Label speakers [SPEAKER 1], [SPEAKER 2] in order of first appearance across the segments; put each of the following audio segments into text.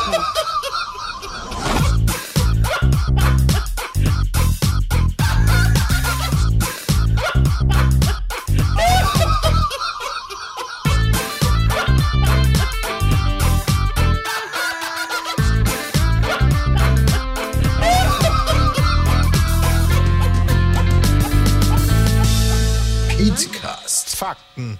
[SPEAKER 1] Sachen.
[SPEAKER 2] Podcast.
[SPEAKER 3] Fakten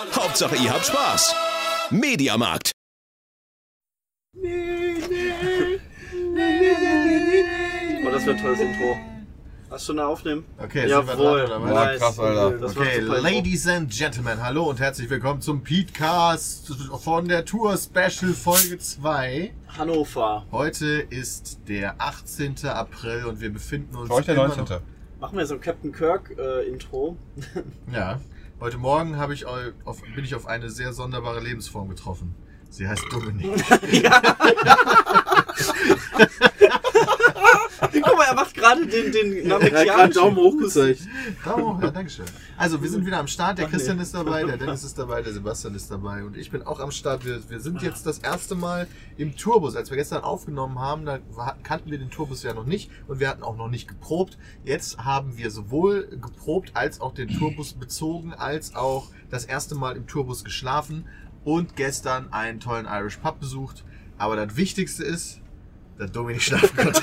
[SPEAKER 4] Hauptsache, ihr habt Spaß. Mediamarkt.
[SPEAKER 5] Oh, das wäre ein tolles Intro. Hast du eine aufnehmen?
[SPEAKER 6] Okay, sind wir
[SPEAKER 5] Jawohl.
[SPEAKER 6] dran, oder was?
[SPEAKER 5] Nice.
[SPEAKER 7] krass, Alter.
[SPEAKER 5] Das war
[SPEAKER 6] Okay,
[SPEAKER 5] super Intro.
[SPEAKER 6] Ladies and Gentlemen, hallo und herzlich willkommen zum Petecast von der Tour Special Folge 2.
[SPEAKER 5] Hannover.
[SPEAKER 6] Heute ist der 18. April und wir befinden uns.
[SPEAKER 7] Für euch der
[SPEAKER 6] immer
[SPEAKER 7] 19.
[SPEAKER 5] Machen wir so ein Captain Kirk äh, Intro.
[SPEAKER 6] Noch, ja. Heute Morgen habe ich eu- auf, bin ich auf eine sehr sonderbare Lebensform getroffen. Sie heißt Dominik.
[SPEAKER 5] Guck mal, er macht gerade den, den namekianischen.
[SPEAKER 8] hochgezeigt.
[SPEAKER 6] Oh, ja, danke schön. Also, wir sind wieder am Start. Der
[SPEAKER 5] Ach,
[SPEAKER 6] Christian
[SPEAKER 5] nee.
[SPEAKER 6] ist dabei, der Dennis ist dabei, der Sebastian ist dabei und ich bin auch am Start. Wir, wir sind jetzt das erste Mal im Tourbus. Als wir gestern aufgenommen haben, da wa- kannten wir den Tourbus ja noch nicht und wir hatten auch noch nicht geprobt. Jetzt haben wir sowohl geprobt als auch den Tourbus bezogen, als auch das erste Mal im Tourbus geschlafen und gestern einen tollen Irish Pub besucht. Aber das Wichtigste ist, dass Dominik schlafen konnte.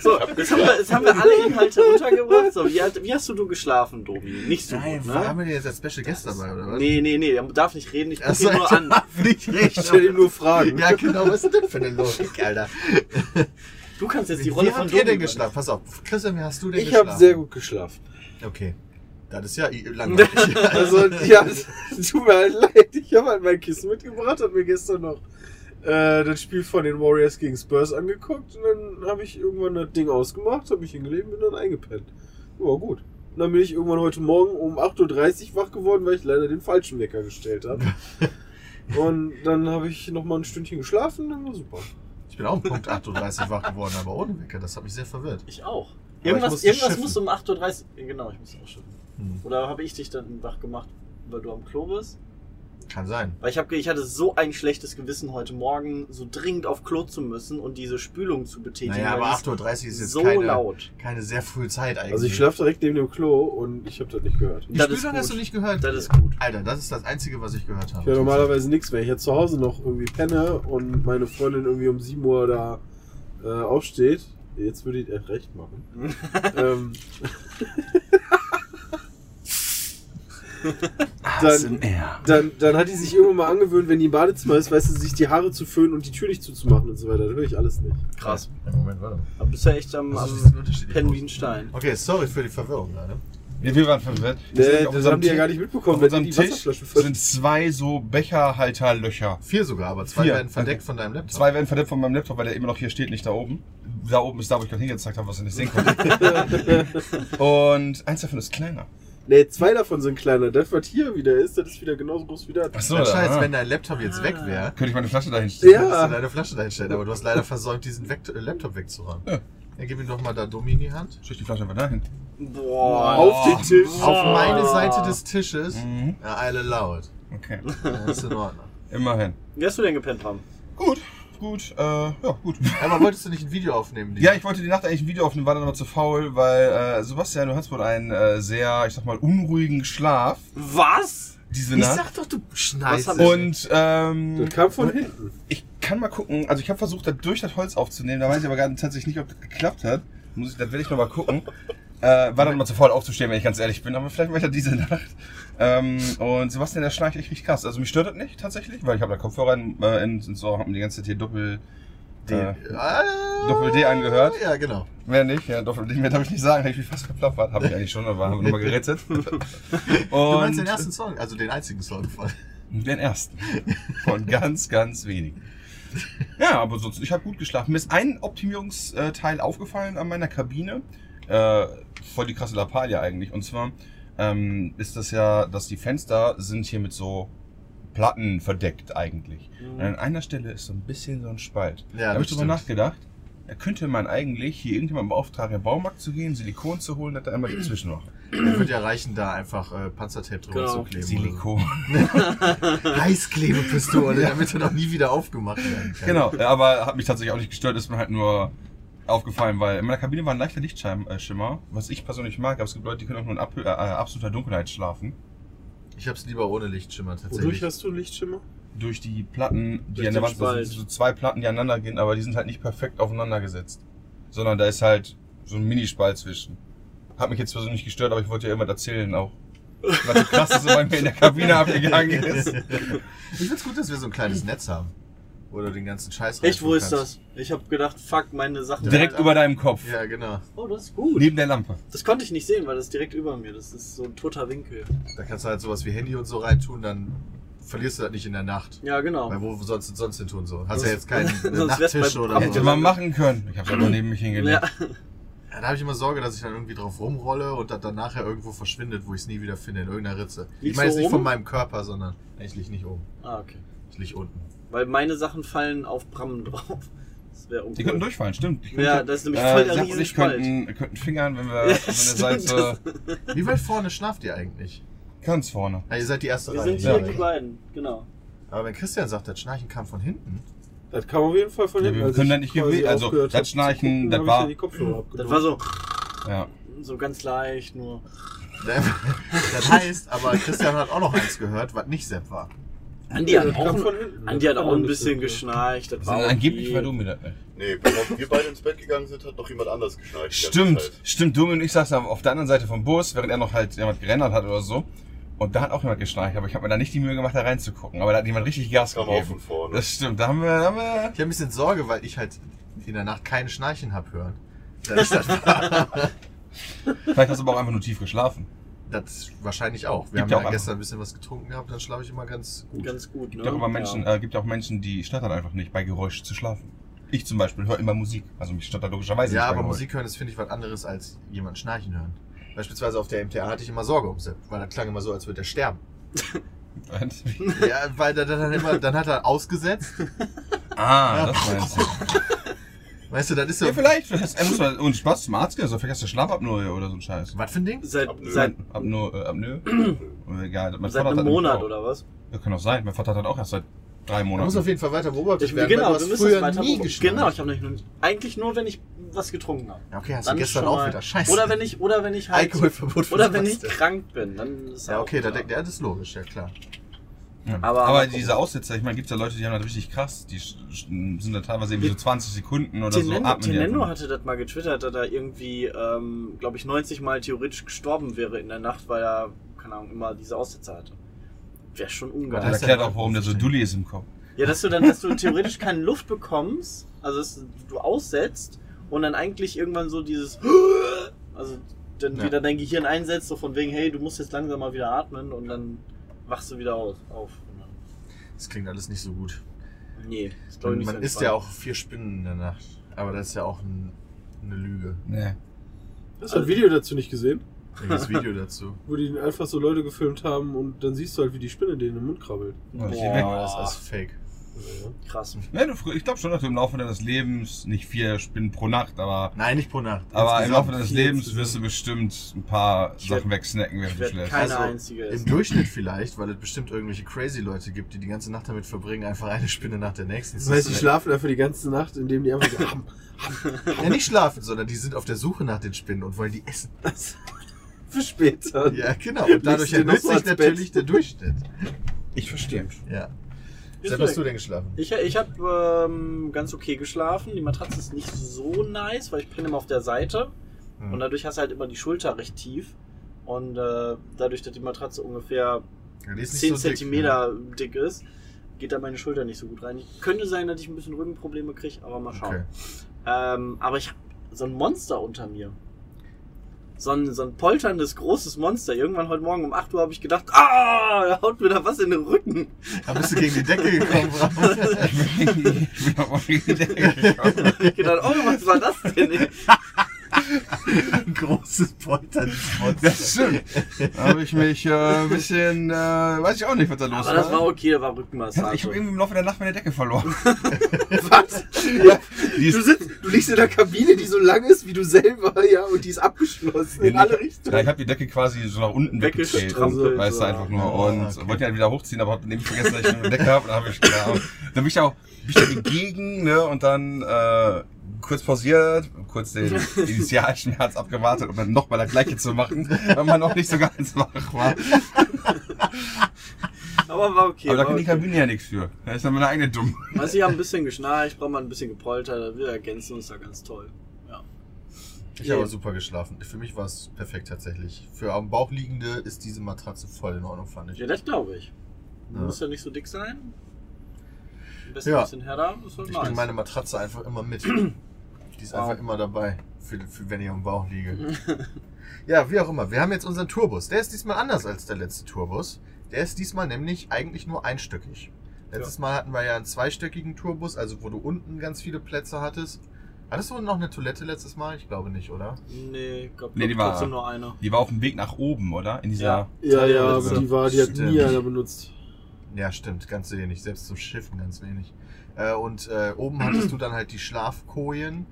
[SPEAKER 5] So, jetzt haben, wir, jetzt haben wir alle Inhalte untergebracht. So, wie, hat- wie hast du, du geschlafen, Domi? Nicht so gut,
[SPEAKER 6] Haben
[SPEAKER 5] ne?
[SPEAKER 6] wir denn jetzt als Special Guest dabei, oder was?
[SPEAKER 5] Nee, nee, nee, er darf nicht reden, ich guck
[SPEAKER 6] Achso,
[SPEAKER 5] ihn nur
[SPEAKER 6] ich
[SPEAKER 5] an.
[SPEAKER 6] darf nicht
[SPEAKER 8] Ich
[SPEAKER 6] reden.
[SPEAKER 8] stell ihm nur Fragen.
[SPEAKER 6] Ja, genau, was ist denn für eine Logik, Alter?
[SPEAKER 5] Du kannst jetzt die Rolle
[SPEAKER 6] Wie
[SPEAKER 5] von
[SPEAKER 6] habt
[SPEAKER 5] Domi
[SPEAKER 6] ihr denn
[SPEAKER 5] übernehmen.
[SPEAKER 6] geschlafen? Pass auf, Christian, wie hast du denn
[SPEAKER 8] Ich
[SPEAKER 6] geschlafen?
[SPEAKER 8] habe sehr gut geschlafen.
[SPEAKER 6] Okay. Das ist ja i- langweilig.
[SPEAKER 8] Also, ja, tut mir halt leid. Ich habe halt mein Kissen mitgebracht, habe mir gestern noch äh, das Spiel von den Warriors gegen Spurs angeguckt und dann habe ich irgendwann das Ding ausgemacht, habe mich hingelegt und bin dann eingepennt. War gut. Und dann bin ich irgendwann heute Morgen um 8.30 Uhr wach geworden, weil ich leider den falschen Wecker gestellt habe. Und dann habe ich noch mal ein Stündchen geschlafen, dann war super.
[SPEAKER 6] Ich bin auch um Punkt 38 wach geworden, aber ohne Wecker. Das hat mich sehr verwirrt.
[SPEAKER 5] Ich auch.
[SPEAKER 6] ich
[SPEAKER 5] Irgendwas,
[SPEAKER 6] musste
[SPEAKER 5] irgendwas
[SPEAKER 6] schiffen.
[SPEAKER 5] muss um 8.30 Uhr. Genau, ich muss auch schiffen.
[SPEAKER 6] Hm,
[SPEAKER 5] Oder habe ich dich dann wach gemacht, weil du am Klo bist?
[SPEAKER 6] kann sein.
[SPEAKER 5] Weil ich, hab, ge- ich hatte so ein schlechtes Gewissen heute Morgen, so dringend auf Klo zu müssen und diese Spülung zu betätigen.
[SPEAKER 6] Naja,
[SPEAKER 5] weil
[SPEAKER 6] aber
[SPEAKER 5] die
[SPEAKER 6] 8.30 Uhr ist jetzt
[SPEAKER 5] so
[SPEAKER 6] keine,
[SPEAKER 5] laut.
[SPEAKER 6] keine sehr frühe Zeit eigentlich.
[SPEAKER 8] Also ich schlafe direkt neben dem Klo und ich habe das nicht gehört.
[SPEAKER 6] Die
[SPEAKER 5] Das ist
[SPEAKER 6] Spülung
[SPEAKER 5] gut.
[SPEAKER 6] hast du nicht gehört?
[SPEAKER 5] Das ist gut.
[SPEAKER 6] Alter, das ist das Einzige, was ich gehört
[SPEAKER 8] Ich
[SPEAKER 6] habe.
[SPEAKER 8] höre normalerweise nichts, wenn ich jetzt zu Hause noch irgendwie penne und meine Freundin irgendwie um 7 Uhr da äh, aufsteht. Jetzt würde ich erst recht machen. ähm, dann, dann, dann hat die sich irgendwann mal angewöhnt, wenn die im Badezimmer ist, weißt du, sich die Haare zu föhnen und die Tür nicht zuzumachen und so weiter. Das höre ich alles nicht.
[SPEAKER 5] Krass.
[SPEAKER 6] Ja, Moment, warte mal.
[SPEAKER 5] Aber bist ja echt am,
[SPEAKER 6] Das ist
[SPEAKER 5] am
[SPEAKER 6] unterschiedlich.
[SPEAKER 5] Pennen wie ein Stein.
[SPEAKER 6] Okay, sorry für die Verwirrung gerade.
[SPEAKER 7] Wir, wir waren verwirrt.
[SPEAKER 8] Nee,
[SPEAKER 7] Auf
[SPEAKER 8] das
[SPEAKER 7] unserem
[SPEAKER 8] haben die ja
[SPEAKER 7] Tisch-
[SPEAKER 8] gar nicht mitbekommen,
[SPEAKER 7] Auf
[SPEAKER 8] wenn
[SPEAKER 7] unserem
[SPEAKER 8] die die
[SPEAKER 7] Tisch
[SPEAKER 8] Wasserflasche füllen.
[SPEAKER 7] sind zwei so Becherhalterlöcher.
[SPEAKER 6] Vier sogar, aber zwei
[SPEAKER 7] Vier.
[SPEAKER 6] werden verdeckt
[SPEAKER 7] Okay.
[SPEAKER 6] von deinem Laptop.
[SPEAKER 7] Zwei werden verdeckt von meinem Laptop, weil der immer noch hier steht, nicht da oben. Da oben ist da, wo ich gerade hingezeigt habe, was ihr nicht sehen konntet. Und eins davon ist kleiner.
[SPEAKER 8] Nee, zwei davon sind kleiner. Das, was hier wieder ist, das ist wieder genauso groß wie das.
[SPEAKER 7] Achso,
[SPEAKER 6] Das heißt, wenn dein Laptop jetzt weg
[SPEAKER 5] Ah.
[SPEAKER 6] wäre,
[SPEAKER 7] Könnte ich meine Flasche dahin stellen?
[SPEAKER 6] Du
[SPEAKER 8] Ja,
[SPEAKER 6] hast deine Flasche dahinstellen, aber du hast leider versäumt, diesen Vekt äh, Laptop wegzuräumen.
[SPEAKER 7] Ja.
[SPEAKER 6] Dann gib ihm doch mal da Domi in die Hand.
[SPEAKER 7] Schick die Flasche einfach dahin.
[SPEAKER 5] Boah.
[SPEAKER 8] auf den Tisch.
[SPEAKER 5] Oh.
[SPEAKER 6] Auf meine Seite des Tisches.
[SPEAKER 7] Mhm.
[SPEAKER 6] Ja, Eile laut.
[SPEAKER 7] Okay.
[SPEAKER 6] Das ist in Ordnung.
[SPEAKER 7] Immerhin.
[SPEAKER 5] Wie hast du denn gepennt haben?
[SPEAKER 7] Gut, gut, äh, ja, gut.
[SPEAKER 6] Aber wolltest du nicht ein Video aufnehmen?
[SPEAKER 7] Ja, ich wollte die Nacht eigentlich ein Video aufnehmen, war dann aber zu faul, weil äh, Sebastian, du hast wohl einen äh, sehr, ich sag mal, unruhigen Schlaf
[SPEAKER 5] Was?
[SPEAKER 7] diese
[SPEAKER 6] ich
[SPEAKER 7] Nacht.
[SPEAKER 6] sag doch, du Scheiße.
[SPEAKER 5] Was hab
[SPEAKER 7] Und ähm,
[SPEAKER 8] Das kam von hinten.
[SPEAKER 7] ich kann mal gucken, also ich habe versucht, das durch das Holz aufzunehmen, da weiß ich aber gerade tatsächlich nicht, ob das geklappt hat. Muss ich, das werde ich nochmal gucken. Äh, war dann mal zu faul aufzustehen, wenn ich ganz ehrlich bin, aber vielleicht war ich das diese Nacht. Ähm, und Sebastian, der schnarcht echt richtig krass. Also mich stört das nicht tatsächlich, weil ich habe da Kopfhörer in, äh, in, in so, haben die ganze Zeit hier Doppel... Äh, Doppel D angehört.
[SPEAKER 6] Ja, genau.
[SPEAKER 7] Mehr nicht, ja, doch, mehr darf ich nicht sagen, hab ich mich fast verplappert. Habe ich eigentlich schon, aber haben wir nochmal gerettet.
[SPEAKER 6] Du meinst den
[SPEAKER 7] Und
[SPEAKER 6] ersten Song, also den einzigen Song von.
[SPEAKER 7] den ersten. Von ganz, ganz wenig. Ja, aber sonst, ich habe gut geschlafen. Mir ist ein Optimierungsteil aufgefallen an meiner Kabine. Äh, voll die krasse Lappalie eigentlich. Und zwar ähm, ist das ja, dass die Fenster sind hier mit so Platten verdeckt eigentlich. Und
[SPEAKER 5] Hm.
[SPEAKER 7] an einer Stelle ist so ein bisschen so ein Spalt.
[SPEAKER 6] Mhm. Ja,
[SPEAKER 7] da habe
[SPEAKER 6] das
[SPEAKER 7] ich drüber
[SPEAKER 6] stimmt.
[SPEAKER 7] nachgedacht. Da könnte man eigentlich hier irgendjemandem beauftragen, in den Baumarkt zu gehen, Silikon zu holen, dass da einmal dazwischen machen.
[SPEAKER 6] Dann wird ja reichen, da einfach äh, Panzertape drüber
[SPEAKER 5] Genau.
[SPEAKER 6] zu kleben.
[SPEAKER 7] Silikon.
[SPEAKER 6] Oder so. Heißklebepistole, damit er noch nie wieder aufgemacht werden kann.
[SPEAKER 7] Genau, äh, aber hat mich tatsächlich auch nicht gestört, ist mir halt nur aufgefallen, weil in meiner Kabine war ein leichter Lichtschimmer, was ich persönlich mag, aber es gibt Leute, die können auch nur in ab, äh, absoluter Dunkelheit schlafen.
[SPEAKER 6] Ich hab's lieber ohne Lichtschimmer
[SPEAKER 8] Wodurch
[SPEAKER 6] tatsächlich.
[SPEAKER 8] hast du einen Lichtschimmer?
[SPEAKER 7] Durch die Platten, die
[SPEAKER 5] Durch
[SPEAKER 7] an
[SPEAKER 5] den
[SPEAKER 7] der Wand sind,
[SPEAKER 5] Spalt.
[SPEAKER 7] sind so zwei Platten, die aneinander gehen, aber die sind halt nicht perfekt aufeinander gesetzt. Sondern da ist halt so ein Minispalt zwischen. Hat mich jetzt persönlich nicht gestört, aber ich wollte ja irgendwas erzählen auch. Was so krass ist, bei mir in der Kabine abgegangen ist.
[SPEAKER 6] Ich find's gut, dass wir so ein kleines Netz haben. Wo du den ganzen Scheiß
[SPEAKER 5] Echt, wo
[SPEAKER 6] reintun
[SPEAKER 5] ist
[SPEAKER 6] kannst.
[SPEAKER 5] das? Ich habe gedacht, fuck, meine Sachen.
[SPEAKER 7] Direkt über deinem Kopf.
[SPEAKER 6] Ja, genau.
[SPEAKER 5] Oh, das ist gut.
[SPEAKER 7] Neben der Lampe.
[SPEAKER 5] Das konnte ich nicht sehen, weil das ist direkt über mir. Das ist so ein toter Winkel.
[SPEAKER 6] Da kannst du halt sowas wie Handy und so reintun, dann verlierst du das nicht in der Nacht.
[SPEAKER 5] Ja, genau.
[SPEAKER 6] Weil wo sonst sonst hin tun so? Hast ja
[SPEAKER 5] Sonst-
[SPEAKER 6] jetzt keinen äh,
[SPEAKER 5] sonst wär's
[SPEAKER 6] Nachttisch
[SPEAKER 5] bei-
[SPEAKER 6] oder so.
[SPEAKER 7] Hätte
[SPEAKER 6] Ja,
[SPEAKER 7] man machen können. Ich hab's aber neben mich hingelegt.
[SPEAKER 5] Ja,
[SPEAKER 6] da habe ich immer Sorge, dass ich dann irgendwie drauf rumrolle und das dann nachher irgendwo verschwindet, wo ich es nie wieder finde, in irgendeiner Ritze. ich
[SPEAKER 5] Liegst
[SPEAKER 6] meine
[SPEAKER 5] du
[SPEAKER 6] jetzt nicht
[SPEAKER 5] oben?
[SPEAKER 6] von meinem Körper, sondern Nee, ich lieg nicht oben.
[SPEAKER 5] ah, okay.
[SPEAKER 6] Ich lieg unten.
[SPEAKER 5] Weil meine Sachen fallen auf Brammen drauf. Das wäre
[SPEAKER 7] Die könnten
[SPEAKER 5] uncool.
[SPEAKER 7] durchfallen, stimmt. Ich
[SPEAKER 5] Ja, das ist nämlich voll der
[SPEAKER 7] Sack und ich
[SPEAKER 5] Riesenspalt.
[SPEAKER 7] könnten, könnten fingern, wenn wir
[SPEAKER 5] Ja,
[SPEAKER 7] so
[SPEAKER 5] stimmt,
[SPEAKER 7] eine Seite
[SPEAKER 6] Wie weit vorne schlaft ihr eigentlich?
[SPEAKER 7] ganz vorne.
[SPEAKER 6] Ja, ihr seid die erste
[SPEAKER 5] Wir
[SPEAKER 6] Reihe.
[SPEAKER 5] sind hier
[SPEAKER 6] ja.
[SPEAKER 5] die beiden, genau.
[SPEAKER 6] Aber wenn Christian sagt, das Schnarchen kam von hinten,
[SPEAKER 8] Das kam auf jeden Fall von
[SPEAKER 7] Ja,
[SPEAKER 8] hinten.
[SPEAKER 7] wir
[SPEAKER 8] als
[SPEAKER 7] können
[SPEAKER 8] ich
[SPEAKER 7] da nicht
[SPEAKER 8] quasi
[SPEAKER 7] gewählt- also,
[SPEAKER 8] aufgehört
[SPEAKER 7] das
[SPEAKER 8] hab zu
[SPEAKER 7] Schneiden,
[SPEAKER 8] gucken,
[SPEAKER 7] das
[SPEAKER 8] hab ich
[SPEAKER 7] war-
[SPEAKER 8] dann Die Kopfhörer
[SPEAKER 5] Das
[SPEAKER 8] abgenommen.
[SPEAKER 5] war so,
[SPEAKER 7] Ja.
[SPEAKER 5] so ganz leicht, nur.
[SPEAKER 6] das heißt, aber Christian hat auch noch eins gehört, was nicht Sepp war.
[SPEAKER 5] Andi hat
[SPEAKER 8] das kam
[SPEAKER 5] auch,
[SPEAKER 8] von hinten.
[SPEAKER 5] Andi hat
[SPEAKER 8] Das
[SPEAKER 5] auch
[SPEAKER 8] war
[SPEAKER 5] ein
[SPEAKER 8] nicht
[SPEAKER 5] bisschen
[SPEAKER 8] so.
[SPEAKER 5] geschnarcht. Das war
[SPEAKER 7] Also,
[SPEAKER 5] okay.
[SPEAKER 7] angeblich war du mir das nicht.
[SPEAKER 1] Nee, bevor wir beide ins Bett gegangen sind, hat noch jemand anders geschneit. die ganze
[SPEAKER 7] Stimmt,
[SPEAKER 1] Zeit.
[SPEAKER 7] stimmt. Domi und ich saßen auf der anderen Seite vom Bus, während er noch halt jemand gerendert hat oder so. Und da hat auch jemand geschnarcht, aber ich habe mir da nicht die Mühe gemacht, da reinzugucken. Aber da hat jemand richtig Gas
[SPEAKER 1] Kam auch von
[SPEAKER 7] gegeben.
[SPEAKER 1] vorne.
[SPEAKER 7] Das stimmt, da haben wir, da haben wir
[SPEAKER 6] Ich habe ein bisschen Sorge, weil ich halt in der Nacht keinen Schnarchen hab hören. Da ist das, war.
[SPEAKER 7] vielleicht hast du aber auch einfach nur tief geschlafen.
[SPEAKER 6] das wahrscheinlich auch. Wir
[SPEAKER 7] Gibt
[SPEAKER 6] haben
[SPEAKER 7] ja
[SPEAKER 6] ja,
[SPEAKER 7] auch
[SPEAKER 6] gestern ein bisschen was getrunken gehabt, dann schlafe ich immer ganz gut.
[SPEAKER 5] Ganz gut, ne?
[SPEAKER 7] Gibt auch immer Menschen, äh, gibt auch Menschen, die stört dann einfach nicht, bei Geräusch zu schlafen. Ich zum Beispiel höre immer Musik, also mich stört da logischerweise
[SPEAKER 6] Ja,
[SPEAKER 7] nicht. bei
[SPEAKER 6] aber
[SPEAKER 7] Geräusch.
[SPEAKER 6] Musik hören ist, finde ich, was anderes als jemand schnarchen hören. Beispielsweise auf der MTA hatte ich immer Sorge um Sepp, weil das klang immer so, als würde er sterben. Ja, weil der, dann immer, dann hat er ausgesetzt.
[SPEAKER 7] Ah, das meinst du.
[SPEAKER 6] Weißt du, das ist so.
[SPEAKER 7] Ja, vielleicht. vielleicht hast du und Spaß zum Arzt gehen, also sonst vergisst du Schlafapnoe oder so ein Scheiß.
[SPEAKER 6] Was für ein Ding?
[SPEAKER 5] Seit,
[SPEAKER 1] Apnoe.
[SPEAKER 5] seit,
[SPEAKER 7] Apnoe, äh, Apnoe? Oder Egal. Mein
[SPEAKER 5] seit
[SPEAKER 7] Vater hat
[SPEAKER 5] einem
[SPEAKER 7] das
[SPEAKER 5] Monat
[SPEAKER 7] auch.
[SPEAKER 5] oder was?
[SPEAKER 7] Ja, kann auch sein. Mein Vater hat das auch erst seit drei
[SPEAKER 6] Man muss auf
[SPEAKER 7] Monaten.
[SPEAKER 6] jeden Fall weiter beobachtet
[SPEAKER 5] Ich,
[SPEAKER 6] werden.
[SPEAKER 5] genau,
[SPEAKER 6] weil du
[SPEAKER 5] wir
[SPEAKER 6] hast
[SPEAKER 5] müssen
[SPEAKER 6] früher
[SPEAKER 5] es weiter
[SPEAKER 6] nie
[SPEAKER 5] gucken.
[SPEAKER 6] geschnarcht.
[SPEAKER 5] Genau, ich habe nicht eigentlich nur, wenn ich was getrunken habe.
[SPEAKER 6] Ja, okay, hast
[SPEAKER 5] Genau. Dann
[SPEAKER 6] du gestern
[SPEAKER 5] schon
[SPEAKER 6] auch
[SPEAKER 5] mal-
[SPEAKER 6] wieder Scheiße.
[SPEAKER 5] Oder wenn ich, oder wenn ich halt.
[SPEAKER 6] Alkoholverbot für
[SPEAKER 5] Oder wenn ich
[SPEAKER 6] Spaß.
[SPEAKER 5] krank bin, dann ist
[SPEAKER 6] Ja,
[SPEAKER 5] auch
[SPEAKER 6] okay, da
[SPEAKER 5] klar.
[SPEAKER 6] denkt er, das ist logisch, ja klar.
[SPEAKER 7] Ja. Aber,
[SPEAKER 5] Aber-
[SPEAKER 7] diese Aussetzer, ich meine, gibt's ja Leute, die haben das richtig krass. Die sch- sch- sind da teilweise irgendwie so 20 Sekunden oder so.
[SPEAKER 5] Tenendo,
[SPEAKER 7] die
[SPEAKER 5] Tenendo
[SPEAKER 7] einfach.
[SPEAKER 5] hatte das mal getwittert, dass er irgendwie, ähm, glaube ich, 90 Mal theoretisch gestorben wäre in der Nacht, weil er, keine Ahnung, immer diese Aussätze hatte. Wäre schon
[SPEAKER 7] Das
[SPEAKER 5] ungeil.
[SPEAKER 6] Ja,
[SPEAKER 7] erklärt auch, warum der so dulli ist im Kopf.
[SPEAKER 5] Ja, dass du dann, dass du theoretisch keine Luft bekommst, also dass du aussetzt und dann eigentlich irgendwann so dieses, also dann
[SPEAKER 6] Ja.
[SPEAKER 5] wieder dein Gehirn einsetzt, so von wegen, hey, du musst jetzt langsam mal wieder atmen und dann wachst du wieder auf. auf. Und dann-
[SPEAKER 6] Das klingt alles nicht so gut.
[SPEAKER 5] Nee, das glaube ich
[SPEAKER 6] Man,
[SPEAKER 5] nicht.
[SPEAKER 6] man
[SPEAKER 5] so
[SPEAKER 6] isst
[SPEAKER 5] entspannt.
[SPEAKER 6] ja auch vier Spinnen in der Nacht. Aber das ist ja auch ein, eine Lüge.
[SPEAKER 7] Nee.
[SPEAKER 8] Hast du ein Video dazu nicht gesehen?
[SPEAKER 6] Das Video dazu.
[SPEAKER 8] Wo die einfach so Leute gefilmt haben und dann siehst du halt, wie die Spinne denen im Mund krabbelt.
[SPEAKER 7] Ja, ich
[SPEAKER 5] Boah.
[SPEAKER 7] weg.
[SPEAKER 6] Aber das ist fake.
[SPEAKER 5] krass.
[SPEAKER 7] Nee, du, ich glaube schon, dass du im Laufe deines Lebens nicht vier Spinnen pro Nacht, aber,
[SPEAKER 6] Nein, nicht pro Nacht.
[SPEAKER 7] aber im
[SPEAKER 6] Insgesamt.
[SPEAKER 7] Laufe deines
[SPEAKER 8] vier
[SPEAKER 7] Lebens
[SPEAKER 8] zusammen.
[SPEAKER 7] wirst du bestimmt ein paar
[SPEAKER 5] Ich werd-
[SPEAKER 7] Sachen wegsnacken, während
[SPEAKER 5] Ich
[SPEAKER 7] du
[SPEAKER 5] werde
[SPEAKER 7] schläfst.
[SPEAKER 5] keine
[SPEAKER 6] Also,
[SPEAKER 5] einzige
[SPEAKER 6] Im
[SPEAKER 5] essen.
[SPEAKER 6] Durchschnitt vielleicht, weil es bestimmt irgendwelche crazy Leute gibt, die die ganze Nacht damit verbringen, einfach eine Spinne nach der nächsten.
[SPEAKER 8] Das heißt, die
[SPEAKER 6] ist-
[SPEAKER 8] schlafen einfach die ganze Nacht, indem die einfach so ah, ham,
[SPEAKER 6] ja, nicht schlafen, sondern die sind auf der Suche nach den Spinnen und wollen die essen.
[SPEAKER 8] für später.
[SPEAKER 6] Ja, genau. Und dadurch
[SPEAKER 8] Legst du die noch
[SPEAKER 6] erhöht
[SPEAKER 8] so
[SPEAKER 6] sich
[SPEAKER 8] ans Bett?
[SPEAKER 6] natürlich der Durchschnitt.
[SPEAKER 7] Ich verstehe.
[SPEAKER 6] Ja.
[SPEAKER 5] Ist
[SPEAKER 6] Sepp, hast
[SPEAKER 5] korrekt.
[SPEAKER 6] du denn geschlafen?
[SPEAKER 5] Ich, ich habe ähm, ganz okay geschlafen. Die Matratze ist nicht so nice, weil ich penne immer auf der Seite.
[SPEAKER 6] Hm.
[SPEAKER 5] Und dadurch hast du halt immer die Schulter recht tief. Und äh, dadurch, dass die Matratze ungefähr
[SPEAKER 6] Ja, die ist nicht
[SPEAKER 5] 10
[SPEAKER 6] so dick, ne?
[SPEAKER 5] Zentimeter dick ist, geht da meine Schulter nicht so gut rein. Ich könnte sein, dass ich ein bisschen Rückenprobleme kriege, aber mal schauen.
[SPEAKER 6] Okay.
[SPEAKER 5] Ähm, aber ich habe so ein Monster unter mir. so ein, so ein polterndes, großes Monster. Irgendwann heute Morgen um 8 Uhr habe ich gedacht, ah, da haut mir da was in den Rücken.
[SPEAKER 6] Da bist du gegen die Decke gekommen, Bram.
[SPEAKER 7] ich bin auf die Idee gekommen.
[SPEAKER 5] ich hab gedacht, oh, was war das denn? ey?
[SPEAKER 6] Ein großes polterndes Monster.
[SPEAKER 7] Das stimmt. Da habe ich mich äh, ein bisschen, äh, weiß ich auch nicht, was da los
[SPEAKER 5] Aber das war okay, da war Also. Rückenmassage.
[SPEAKER 7] Ich habe irgendwie im Laufe der Nacht meine Decke verloren.
[SPEAKER 8] Was?
[SPEAKER 7] Die
[SPEAKER 8] Du,
[SPEAKER 7] ist,
[SPEAKER 8] sitzt, du liegst in der Kabine, die so lang ist wie du selber, ja, und die ist abgeschlossen in alle
[SPEAKER 7] ja,
[SPEAKER 8] Richtungen.
[SPEAKER 7] ich habe die Decke quasi so nach unten weggetreten.
[SPEAKER 5] Weggestrampelt,
[SPEAKER 7] Weißt du,
[SPEAKER 5] ja.
[SPEAKER 7] einfach nur.
[SPEAKER 6] Ah,
[SPEAKER 7] Und
[SPEAKER 6] okay.
[SPEAKER 7] wollte die halt wieder hochziehen, aber habe nämlich vergessen, dass ich eine Decke habe. Dann habe ich, keine Ahnung. Dann bin ich da auch bin ich da gegen, ne, und dann äh, kurz pausiert, kurz den Initialschmerz abgewartet, um dann nochmal das Gleiche zu machen, weil man noch nicht so ganz wach war.
[SPEAKER 5] Aber war okay.
[SPEAKER 7] aber da
[SPEAKER 5] war
[SPEAKER 7] kann die
[SPEAKER 5] okay.
[SPEAKER 7] Kabine ja nichts für. Da ist dann meine eigene dumm.
[SPEAKER 5] Weißt du, ich habe ein bisschen geschnarcht, brauche mal ein bisschen gepoltert, wir ergänzen uns da ganz toll. Ja.
[SPEAKER 6] Ich habe super geschlafen. Für mich war es perfekt tatsächlich. Für am Bauch liegende ist diese Matratze voll in Ordnung, fand ich.
[SPEAKER 5] Ja, das glaube ich. Du
[SPEAKER 6] Ja.
[SPEAKER 5] musst ja nicht so dick sein. Am besten
[SPEAKER 6] Ja.
[SPEAKER 5] ein bisschen härter. Ist doch
[SPEAKER 6] Ich
[SPEAKER 5] nice.
[SPEAKER 6] bringe meine Matratze einfach immer mit. Die ist
[SPEAKER 5] Wow.
[SPEAKER 6] einfach immer dabei, für, für wenn ich am Bauch liege. ja, wie auch immer. Wir haben jetzt unseren Tourbus. Der ist diesmal anders als der letzte Tourbus. Der ist diesmal nämlich eigentlich nur einstöckig. Letztes Mal hatten wir ja einen zweistöckigen Tourbus, also wo du unten ganz viele Plätze hattest. Hattest du unten noch eine Toilette letztes Mal? Ich glaube nicht, oder?
[SPEAKER 5] Nee, gab
[SPEAKER 7] Nee, die war-
[SPEAKER 5] trotzdem nur eine.
[SPEAKER 7] Die war auf dem Weg nach oben, oder? In dieser.
[SPEAKER 5] Ja.
[SPEAKER 8] Ja, ja,
[SPEAKER 5] Ja,
[SPEAKER 8] aber die war, die hat nie
[SPEAKER 6] stimmt.
[SPEAKER 8] einer benutzt.
[SPEAKER 6] Ja, stimmt, ganz wenig. Selbst zum Schiffen ganz wenig. Äh, und äh, oben hattest du dann halt die Schlafkojen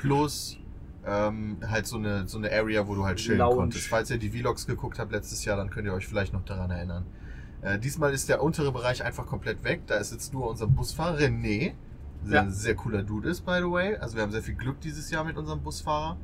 [SPEAKER 6] plus ähm, halt so eine, so eine Area, wo du halt chillen
[SPEAKER 5] Lounge.
[SPEAKER 6] konntest. Falls ihr die Vlogs geguckt habt letztes Jahr, dann könnt ihr euch vielleicht noch daran erinnern. Äh, diesmal ist der untere Bereich einfach komplett weg. Da ist jetzt nur unser Busfahrer René, der ein sehr cooler Dude ist, by the way. Also wir haben sehr viel Glück dieses Jahr mit unserem Busfahrer.